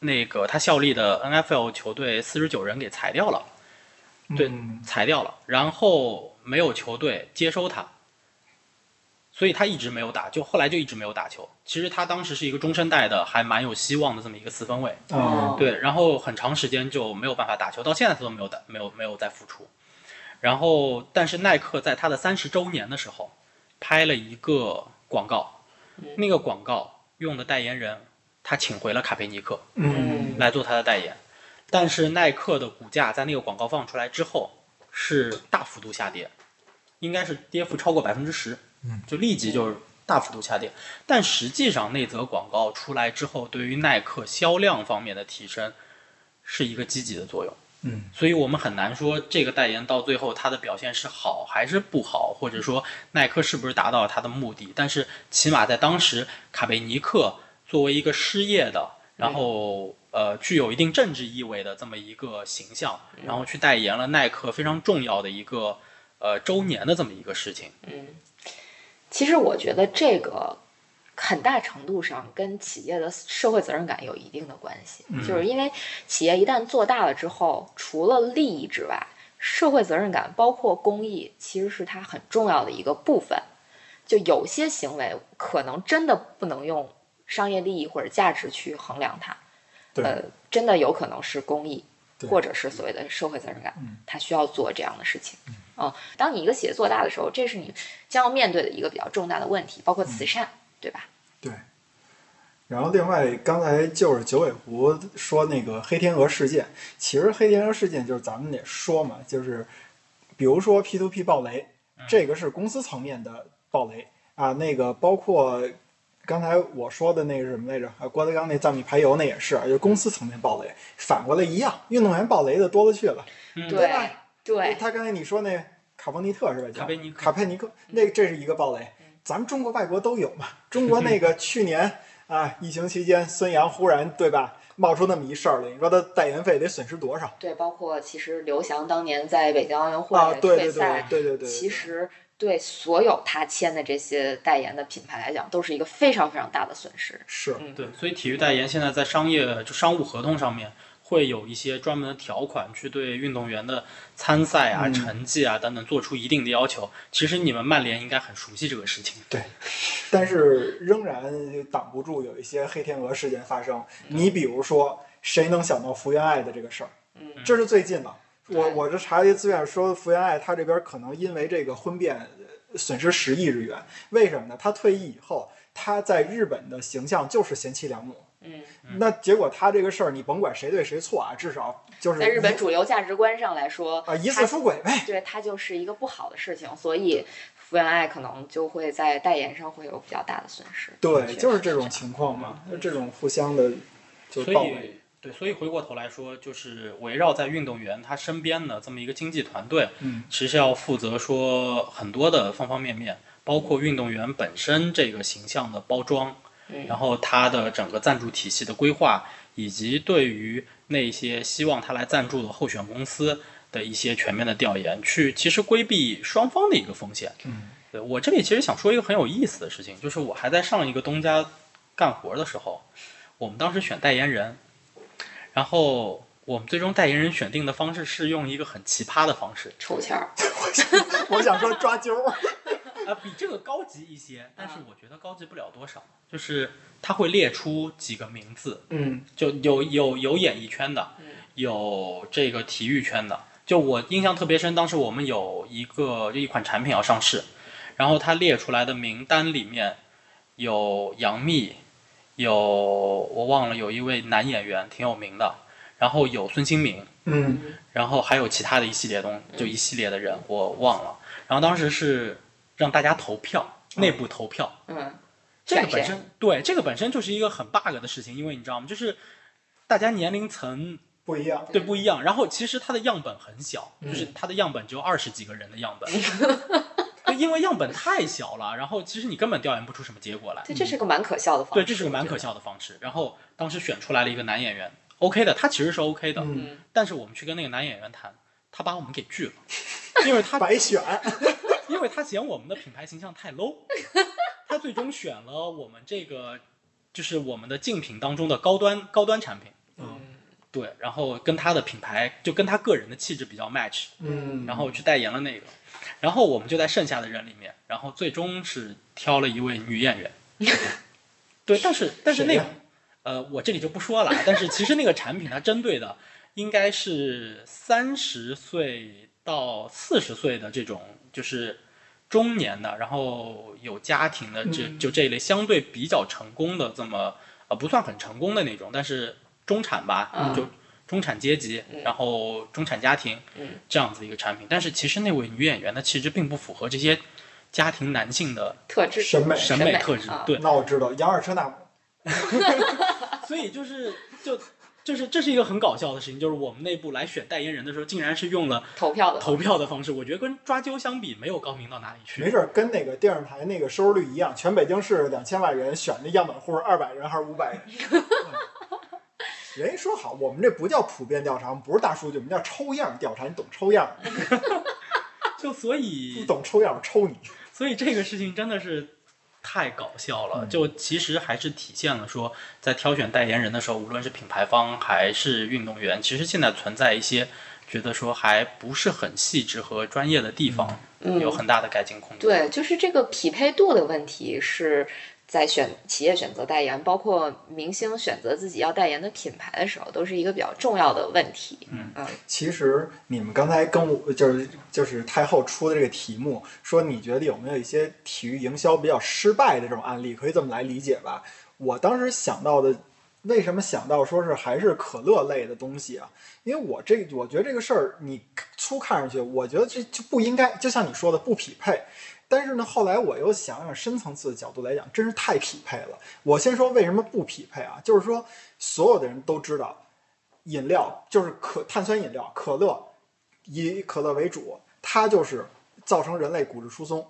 那个他效力的 NFL 球队四十九人给裁掉了，对
嗯
裁掉了，然后没有球队接收他，所以他一直没有打，就后来就一直没有打球。其实他当时是一个中生代的，还蛮有希望的这么一个四分卫，
啊，
哦
对，然后很长时间就没有办法打球，到现在他都没有打，没有没有再复出。然后，但是耐克在他的三十周年的时候拍了一个广告，那个广告用的代言人他请回了卡佩尼克
嗯
来做他的代言，但是耐克的股价在那个广告放出来之后是大幅度下跌，应该是跌幅超过百分之十，就立即就是大幅度下跌。但实际上，那则广告出来之后，对于耐克销量方面的提升是一个积极的作用。
嗯，
所以我们很难说这个代言到最后它的表现是好还是不好，或者说耐克是不是达到了它的目的。但是起码在当时，卡贝尼克作为一个失业的，然后呃具有一定政治意味的这么一个形象，然后去代言了耐克非常重要的一个呃周年的这么一个事情。
嗯，其实我觉得这个很大程度上跟企业的社会责任感有一定的关系，
嗯
就是因为企业一旦做大了之后，除了利益之外，社会责任感包括公益，其实是它很重要的一个部分。就有些行为可能真的不能用商业利益或者价值去衡量它，
对
呃，真的有可能是公益，
对
或者是所谓的社会责任感
嗯，
他需要做这样的事情。啊，当你一个企业做大的时候，这是你将要面对的一个比较重大的问题，
嗯
包括慈善，对吧？
对。然后另外，刚才就是九尾狐说那个黑天鹅事件，其实黑天鹅事件就是咱们得说嘛，就是比如说 P to P 暴雷，这个是公司层面的暴雷啊，那个包括。刚才我说的那个什么来着？啊，郭德纲那藏米排油那也是，啊就是公司层面暴雷，反过来一样，运动员暴雷的多了去了。
嗯
对
吧
对，
他刚才你说那卡波尼特是吧？叫
卡佩尼克
卡佩尼克，那这是一个暴雷。
嗯
咱们中国、外国都有嘛。中国那个去年啊，疫情期间，孙杨忽然对吧，冒出那么一事儿来，你说他代言费得损失多少
对，包括其实刘翔当年在北京奥运
啊？
会退
对对对
赛，
对对对，
其实对所有他签的这些代言的品牌来讲，都是一个非常非常大的损失。
是
嗯，
对，所以体育代言现在在商业就商务合同上面会有一些专门的条款，去对运动员的参赛啊、
嗯
成绩啊等等做出一定的要求。其实你们曼联应该很熟悉这个事情。
但是仍然挡不住有一些黑天鹅事件发生。你比如说，谁能想到福原爱的这个事儿？
嗯，
这是最近的。我
对
我这查了一资源说，福原爱她这边可能因为这个婚变呃损失十亿日元，为什么呢？她退役以后，她在日本的形象就是贤妻良母。
嗯，
那结果她这个事儿，你甭管谁对谁错啊，至少就是
在日本
一
主流价值观上来说，
啊疑似出轨呗。
对它就是一个不好的事情，所以福原爱可能就会在代言上会有比较大的损失。
对，
确
就是
实
这种
样
情况嘛，就这种互相的就
所
暴雷。
以对，所以回过头来说，就是围绕在运动员他身边的这么一个经济团队，
嗯，
其实要负责说很多的方方面面，包括运动员本身这个形象的包装，
嗯
然后他的整个赞助体系的规划，以及对于那些希望他来赞助的候选公司的一些全面的调研，去其实规避双方的一个风险。
嗯，
对我这里其实想说一个很有意思的事情，就是我还在上一个东家干活的时候，我们当时选代言人，然后我们最终代言人选定的方式是用一个很奇葩的方式，
抽签儿，
我想说抓阄儿。
啊，比这个高级一些，但是我觉得高级不了多少。就是他会列出几个名字，
嗯
就有有有演艺圈的
嗯，
有这个体育圈的。就我印象特别深，当时我们有一个就一款产品要上市，然后他列出来的名单里面有杨幂，有我忘了有一位男演员挺有名的，然后有孙兴民，
嗯
然后还有其他的一系列东，就一系列的人，我忘了。然后当时是让大家投票，内部投票。
嗯，
这个
选
本
谁
身对这个本身就是一个很 bug 的事情，因为你知道吗？就是大家年龄层
不一样。
对不一样，然后其实它的样本很小，就是
嗯
它的样本只有二十几个人的样本。 对因为样本太小了，然后其实你根本调研不出什么结果来。
对，这是个蛮可笑的方式。
对，这是个蛮可笑的方式。然后当时选出来了一个男演员，OK 的，他其实是 OK 的，
嗯，
嗯
但是我们去跟那个男演员谈，他把我们给拒了，因为他
白选。
因为他嫌我们的品牌形象太 low，他最终选了我们这个就是我们的竞品当中的高端高端产品，
嗯
对，然后跟他的品牌就跟他个人的气质比较 match，
嗯，
然后去代言了那个，然后我们就在剩下的人里面，然后最终是挑了一位女演 员，对，但是但是那
谁
个
呀
呃，我这里就不说了，但是其实那个产品它针对的应该是三十岁到四十岁的这种就是中年的，然后有家庭的这
嗯
就这一类相对比较成功的这么呃不算很成功的那种，但是中产吧，
嗯
就中产阶级，然后中产家庭，
嗯
这样子一个产品。但是其实那位女演员的气质并不符合这些家庭男性的
特质
审美
审
美
美特质
啊，
对，
嗯那我知道，杨尔车纳姆。
啊所以就是就。就是这是一个很搞笑的事情，就是我们内部来选代言人的时候，竟然是用了
投票的
投票的方式，我觉得跟抓阄相比没有高明到哪里
没
去。
事儿，跟那个电视台那个收视率一样，全北京市两千万人选那样本户二百人还是五百人，人家说好，我们这不叫普遍调查，我们不是大数据，我们叫抽样调查。你懂抽样吗，
就所
不
以
懂抽样我抽你。
所以这个事情真的是太搞笑了，
嗯
就其实还是体现了说，在挑选代言人的时候，无论是品牌方还是运动员，其实现在存在一些觉得说还不是很细致和专业的地方，
嗯
有很大的改进空间。
对，就是这个匹配度的问题是在选企业选择代言，包括明星选择自己要代言的品牌的时候，都是一个比较重要的问题。
嗯
其实你们刚才跟我就是就是太后出的这个题目，说你觉得有没有一些体育营销比较失败的这种案例，可以这么来理解吧？我当时想到的，为什么想到说是还是可乐类的东西啊？因为我这我觉得这个事儿，你初看上去，我觉得这就不应该，就像你说的不匹配。但是呢，后来我又想想深层次的角度来讲，真是太匹配了。我先说为什么不匹配啊？就是说，所有的人都知道，饮料就是可碳酸饮料，可乐以可乐为主，它就是造成人类骨质疏松，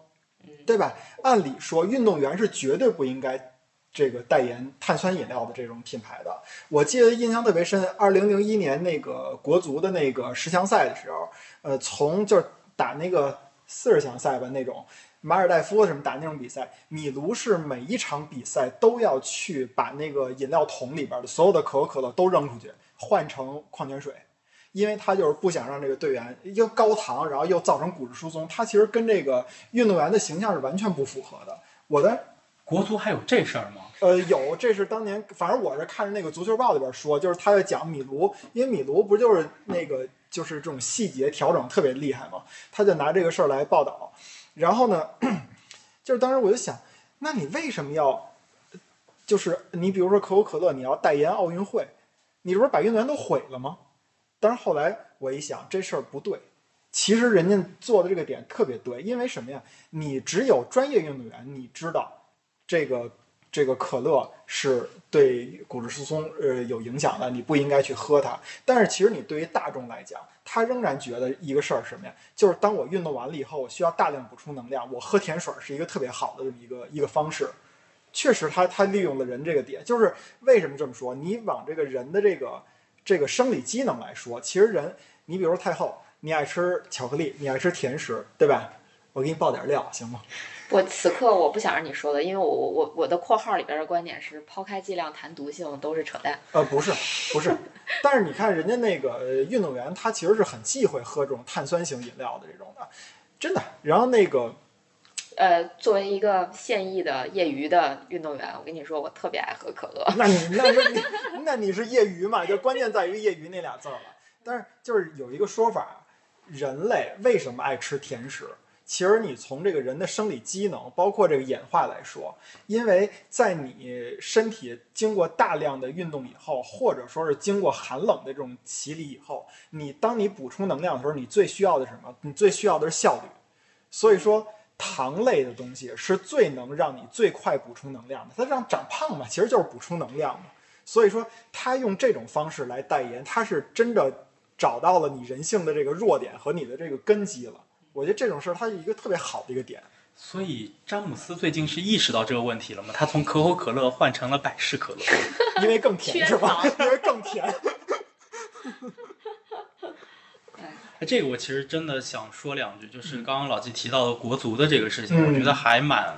对吧？按理说，运动员是绝对不应该这个代言碳酸饮料的这种品牌的。我记得印象特别深，二零零一年那个国足的那个十强赛的时候，呃，从就是打那个四十强赛吧那种。马尔代夫什么打那种比赛，米卢是每一场比赛都要去把那个饮料桶里边的所有的可口可乐都扔出去，换成矿泉水，因为他就是不想让这个队员又高糖，然后又造成骨质疏松，他其实跟这个运动员的形象是完全不符合的。我的
国足还有这事儿吗？
呃，有，这是当年，反正我是看着那个《足球报》里边说，就是他在讲米卢，因为米卢不就是那个就是这种细节调整特别厉害嘛，他就拿这个事儿来报道。然后呢， 就是当时我就想，那你为什么要，就是你比如说可口可乐，你要代言奥运会，你这不是把运动员都毁了吗？但是后来我一想，这事儿不对。其实人家做的这个点特别对，因为什么呀？你只有专业运动员，你知道这个这个可乐是对骨质疏松呃有影响的，你不应该去喝它。但是其实你对于大众来讲，他仍然觉得一个事儿是什么呀？就是当我运动完了以后，我需要大量补充能量，我喝甜水儿是一个特别好的这么一个一个方式。确实他，他利用了人这个点，就是为什么这么说？你往这个人的这个这个生理机能来说，其实人，你比如说太后，你爱吃巧克力，你爱吃甜食，对吧？我给你爆点料行吗？
我此刻我不想让你说了，因为我我我我的括号里边的观点是，抛开剂量谈毒性都是扯淡。
呃，不是，不是，但是你看人家那个呃运动员，他其实是很忌讳喝这种碳酸型饮料的这种的，真的。然后那个
呃，作为一个现役的业余的运动员，我跟你说，我特别爱喝可乐。
那你那是你那你是业余嘛？就关键在于业余那俩字儿了。但是就是有一个说法，人类为什么爱吃甜食？其实你从这个人的生理机能，包括这个演化来说，因为在你身体经过大量的运动以后，或者说是经过寒冷的这种洗礼以后，你当你补充能量的时候，你最需要的是什么？你最需要的是效率。所以说，糖类的东西是最能让你最快补充能量的。它让长胖嘛，其实就是补充能量嘛。所以说，他用这种方式来代言，他是真的找到了你人性的这个弱点和你的这个根基了。我觉得这种事儿，它是一个特别好的一个点。
所以詹姆斯最近是意识到这个问题了吗？他从可口可乐换成了百事可乐。
因为更甜是吧？
缺
因为更甜。
哎这个我其实真的想说两句，就是刚刚老季提到的国足的这个事情，
嗯
我觉得还蛮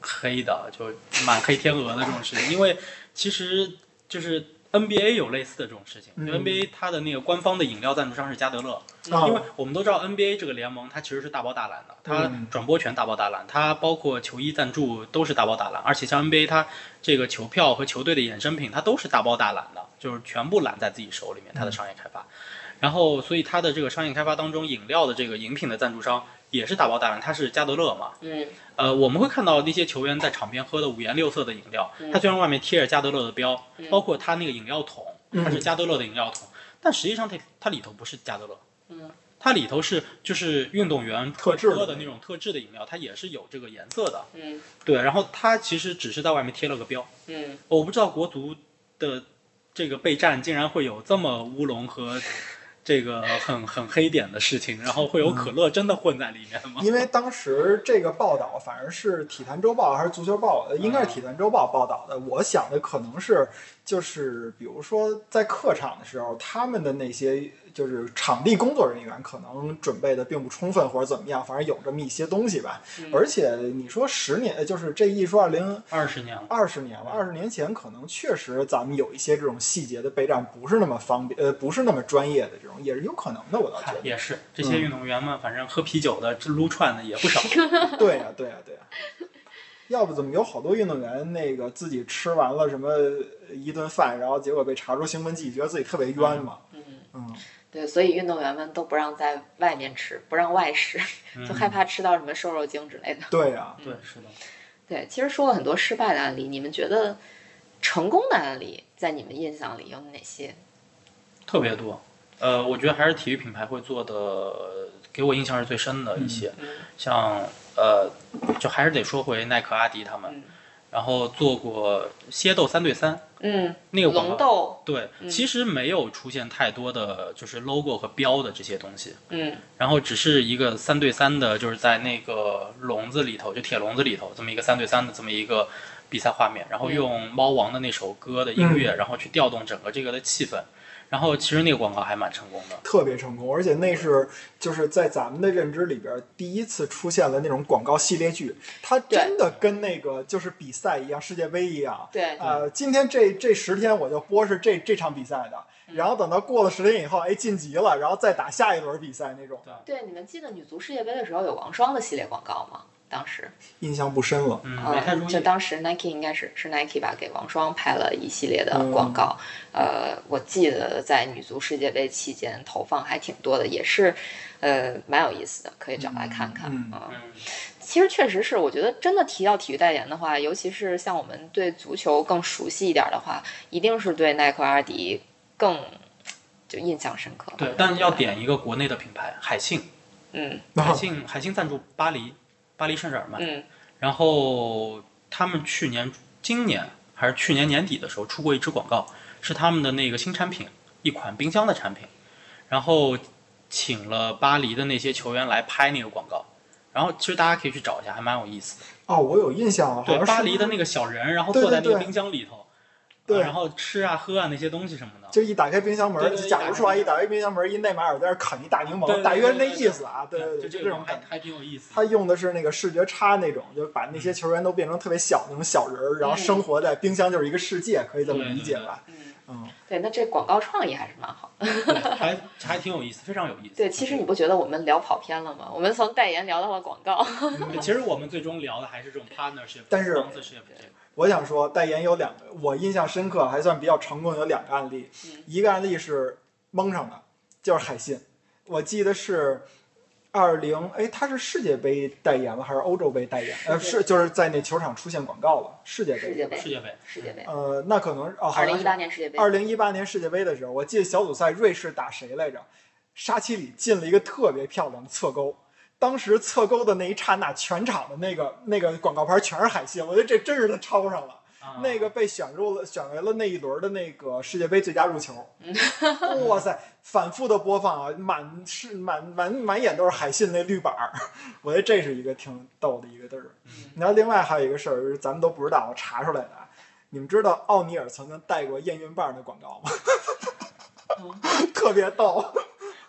黑的，就蛮黑天鹅的这种事情，因为其实就是 NBA 有类似的这种事情，
嗯
就 NBA 它的那个官方的饮料赞助商是加德乐，
啊
因为我们都知道 NBA 这个联盟它其实是大包大揽的，它
嗯
转播权大包大揽，它包括球衣赞助都是大包大揽，而且像 NBA 它这个球票和球队的衍生品它都是大包大揽的，就是全部揽在自己手里面，它的商业开发。然后，所以它的这个商业开发当中，饮料的这个饮品的赞助商也是大包大揽，它是加德乐嘛。
嗯，
呃，我们会看到那些球员在场边喝的五颜六色的饮料，它虽然外面贴着加德乐的标，包括它那个饮料桶，它是加德乐的饮料桶，但实际上它它里头不是加德乐，
嗯，
它里头是就是运动员
特制的
喝的那种特制的饮料，它也是有这个颜色的，
嗯
对，然后它其实只是在外面贴了个标，
嗯，
我不知道国足的这个备战竟然会有这么乌龙和这个很很黑点的事情，然后会有可乐真的混在里面吗？
因为当时这个报道反而是《体坛周报》还是《足球报》，呃应该是《体坛周报》报道的。我想的可能是，就是比如说在客场的时候，他们的那些就是场地工作人员可能准备的并不充分，或者怎么样，反正有这么一些东西吧。
嗯
而且你说十年，呃就是这一说二零
二十年了，
二十年了，二十年前可能确实咱们有一些这种细节的备战不是那么方便，呃，不是那么专业的这种，也是有可能的，我倒觉
嗨
得。
也是这些
嗯
运动员们，反正喝啤酒的、这撸串的也不少。
对呀、对呀、对呀、要不怎么有好多运动员那个自己吃完了什么一顿饭，然后结果被查出兴奋剂，觉得自己特别冤嘛？
嗯，
嗯，
对，所以运动员们都不让在外面吃，不让外食，就害怕吃到什么瘦肉精之类的。
对呀、
嗯。对，是的。
对，其实说了很多失败的案例，你们觉得成功的案例在你们印象里有哪些？
特别多。呃，我觉得还是体育品牌会做的，给我印象是最深的一些，
嗯
像呃，就还是得说回耐克、阿迪他们，
嗯
然后做过蝎斗三对三
嗯，
那个广
龙
告。
斗，
对，
嗯
其实没有出现太多的就是 logo 和标的这些东西，
嗯
然后只是一个三对三的，就是在那个笼子里头，就铁笼子里头这么一个三对三的这么一个比赛画面，然后用猫王的那首歌的音乐，然后去调动整个这个的气氛，然后其实那个广告还蛮成功的。
特别成功，而且那是就是在咱们的认知里边第一次出现了那种广告系列剧，它
对
真的跟那个就是比赛一样，世界杯一样。
对，
呃，今天这这十天我就播是这这场比赛的，
嗯
然后等到过了十天以后，哎，晋级了，然后再打下一轮比赛那种，
对，你们记得女足世界杯的时候有王霜的系列广告吗？当时，
印象不深了。
嗯，没太
嗯，
注意
就。当时 Nike 应该是是 Nike 吧，给王霜拍了一系列的
嗯
广告。呃，我记得在女足世界杯期间投放还挺多的，也是，呃，蛮有意思的，可以找来看看。
嗯
嗯
嗯，
其实确实是，我觉得真的提到体育代言的话，尤其是像我们对足球更熟悉一点的话，一定是对耐克、阿迪更就印象深刻。
对，但要点一个国内的品牌，海信，
嗯
哦
海信，海信赞助巴黎，巴黎圣日耳曼，
嗯
然后他们去年、今年还是去年年底的时候出过一支广告，是他们的那个新产品，一款冰箱的产品，然后请了巴黎的那些球员来拍那个广告。然后其实大家可以去找一下，还蛮有意思的。
哦，我有印象了，好
对，
像是
巴黎的那个小人，然后
对
坐在
对
那个
对
冰箱里头，
对
啊然后吃啊、喝啊那些东西什么的。
就一打开冰箱门儿，
对对对
假如说啊，一打开冰箱门儿，一内马尔在那儿啃一大柠
对对
檬，
对
大约是那意思啊，对
对，
对，
就
就
这
这
种
种
还
感觉。
还挺有意思的。
他用的是那个视觉差那种，就把
嗯
那些球员都变成特别小那种小人儿，然后生活在冰箱就是一个世界，可以这么理解吧？
嗯，
嗯，
对，那这广告创意还是蛮好的。
对，还还挺有意思，非常有意思。
对，其实你不觉得我们聊跑偏了吗？我们从代言聊到了广告。
对，其实我们最终聊的还是这种 partnership，
但是
sponsorship 这个
我想说，代言有两个，我印象深刻，还算比较成功，有两个案例
嗯。
一个案例是蒙上的，就是海信，我记得是二零，哎，他是世界杯代言了还是欧洲杯代言？呃，
世界
是就是在那球场出现广告了，世界杯。
世界杯，
世界杯，
世界杯，
呃，那可能是哦，好
二
像
零一
是
八年世界杯，
二零一八年世界杯的时候，我记得小组赛瑞士打谁来着？沙奇里进了一个特别漂亮的侧勾，当时侧勾的那一刹那，全场的那个那个广告牌全是海信，我觉得这真是他抄上了。
啊
那个被选入了，选为了那一轮的那个世界杯最佳入球。
嗯
哇塞，反复的播放啊，满是满满满眼都是海信那绿板儿， 我觉得这是一个挺逗的一个地儿
嗯。
然后另外还有一个事儿，就是咱们都不知道，我查出来的啊。你们知道奥尼尔曾经带过验孕棒的广告吗？
哦
特别逗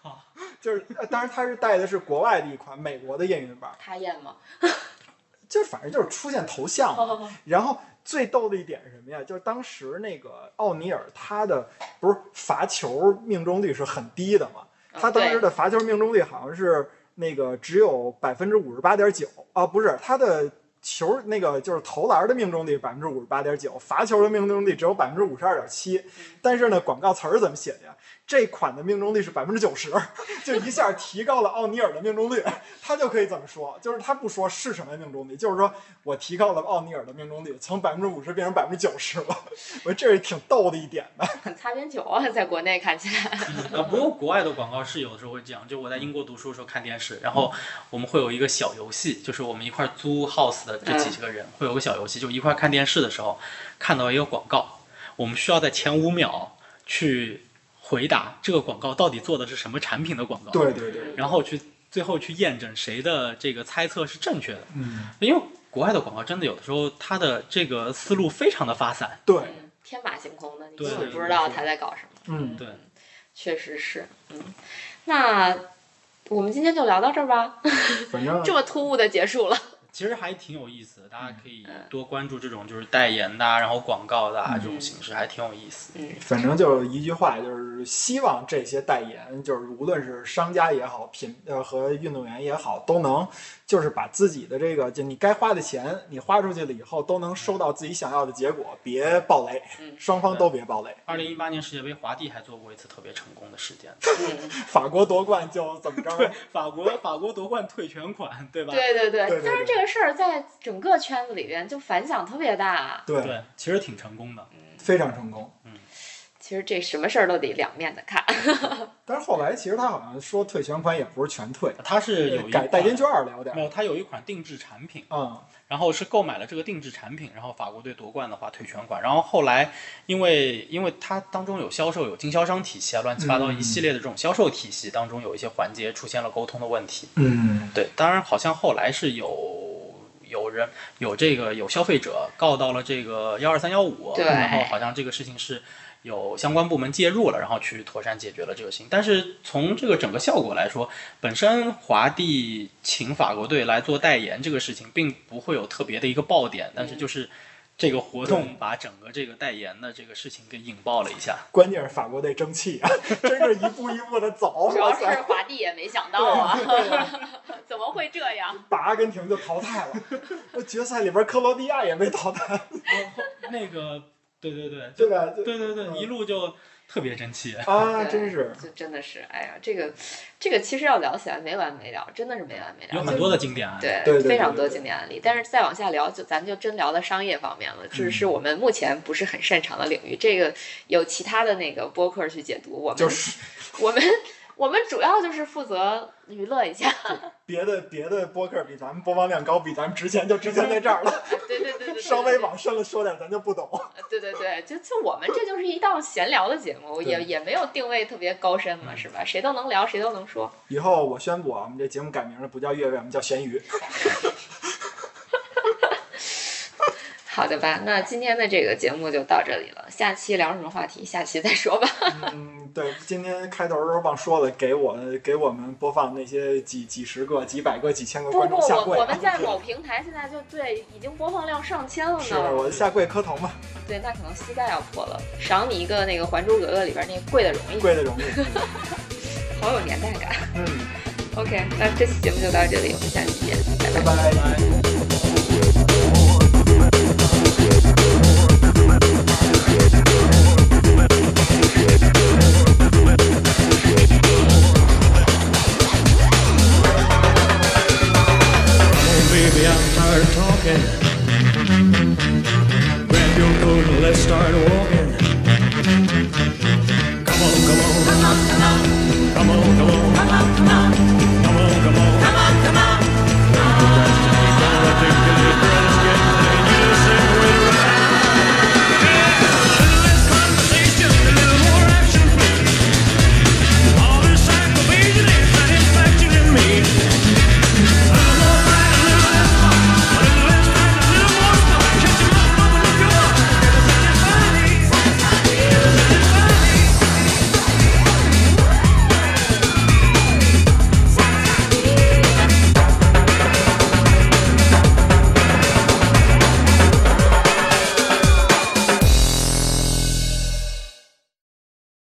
啊，
就是呃当然他是带的是国外的一款美国的验孕棒，
他验吗？
就是反正就是出现头像嘛。然后最逗的一点是什么呀？就是当时那个奥尼尔他的不是罚球命中率是很低的嘛，
嗯
他当时的罚球命中率好像是那个只有百分之五十八点九啊，不是他的。球那个就是投篮的命中率百分之五十八点九，罚球的命中率只有百分之五十二点七。但是呢，广告词儿怎么写的呀？这款的命中率是百分之九十， 就一下提高了奥尼尔的命中率。他就可以怎么说？就是他不说是什么命中率，就是说我提高了奥尼尔的命中率，从百分之五十变成百分之九十了。 我觉得这是挺逗的一点吧。
很擦边球啊，在国内看起来，
呃，不过国外的广告是有的时候会这样，就我在英国读书的时候看电视，然后我们会有一个小游戏，就是我们一块儿租 house 的这几个人、会有个小游戏，就一块儿看电视的时候看到一个广告，我们需要在前五秒去回答这个广告到底做的是什么产品的广告，
对对
嗯
对，
然后去最后去验证谁的这个猜测是正确的。
嗯，
因为国外的广告真的有的时候它的这个思路非常的发散，
对，
嗯天马行空的，你
对
根本
对
不
对
知道
是
他在搞什么。
嗯，
对，
确实是，嗯，那我们今天就聊到这儿吧，
反正
这么突兀的结束了。
其实还挺有意思的，大家可以
嗯
多关注这种就是代言的啊、然后广告的啊、
嗯
这种形式，还挺有意思。
嗯，
反正就一句话，就是希望这些代言，就是无论是商家也好，品呃和运动员也好，都能就是把自己的这个，就你该花的钱，你花出去了以后，都能收到自己想要的结果，别暴雷
嗯，
双方都别暴雷。
二零一八年世界杯，华帝还做过一次特别成功的事 件，
嗯
法国夺冠就怎么着？
法国法国夺冠退全款，对吧？
对对对，
对对
但是这个事儿在整个圈子里边就反响特别大。
对，
对，其实挺成功的。
非常成功。
其实这什么事儿都得两面的看。
但是后来其实他好像说退全款也不是全退，
它是有一
改
款
代金券了，有点
没
儿。
有，它有一款定制产品，
嗯，
然后是购买了这个定制产品，然后法国队夺冠的话退全款，然后后来因为因为它当中有销售有经销商体系啊，乱七八
嗯
糟一系列的这种销售体系当中有一些环节出现了沟通的问题，
嗯，
对，当然好像后来是有。有人有这个有消费者告到了这个幺二三幺五，
对
然后好像这个事情是有相关部门介入了，然后去妥善解决了这个事情。但是从这个整个效果来说，本身华帝请法国队来做代言这个事情，并不会有特别的一个爆点，但是
嗯
就是这个活动把整个这个代言的这个事情给引爆了一下。
关键是法国队争气啊， 真是一步一步的走。
主要
哇
是
塞，
华帝也没想到啊，怎么会这样？
把阿根廷就淘汰了，那决赛里边克罗地亚也没淘汰，
那个，对对对，
对
就
吧？就
对对
嗯
对，一路就特别争气。
啊，
对
真是
就真的是，哎呀，这个这个其实要聊起来没完没了，真的是没完没了。
有很多的经典案例。
啊对，
对对对
非常
对
多
对
经典案例。但是再往下聊，就咱们就真聊到商业方面了，这是我们目前不是很擅长的领域。这个有其他的那个播客去解读，我们、
就是
我们我们主要就是负责娱乐一下。
别的别的播客比咱们播放量高，比咱们值钱就值钱在这儿了，
对对对对对对，
稍微往深了说点咱就不懂。
呃对对对，就就我们这就是一档闲聊的节目，也
对
也没有定位特别高深嘛，是吧？谁都能聊，谁都能说。
以后我宣布啊，我们这节目改名了，不叫月月，我们叫咸鱼。
好的吧，那今天的这个节目就到这里了，下期聊什么话题，下期再说吧。
嗯，对，今天开头的时候忘说了，给我给我们播放那些几几十个、几百个、几千个
不
观
不，
众下
我
跪、
我
啊
们。在某平台现在就对已经播放量上千了
是
呢。
我下跪磕头嘛，
对，那可能膝盖要破了。赏你一个那个《还珠格格》里边那个跪的容易，
跪的容易。
好有年代感。
嗯，
OK，那这期节目就到这里，我们下期见，拜拜
拜。拜。
拜拜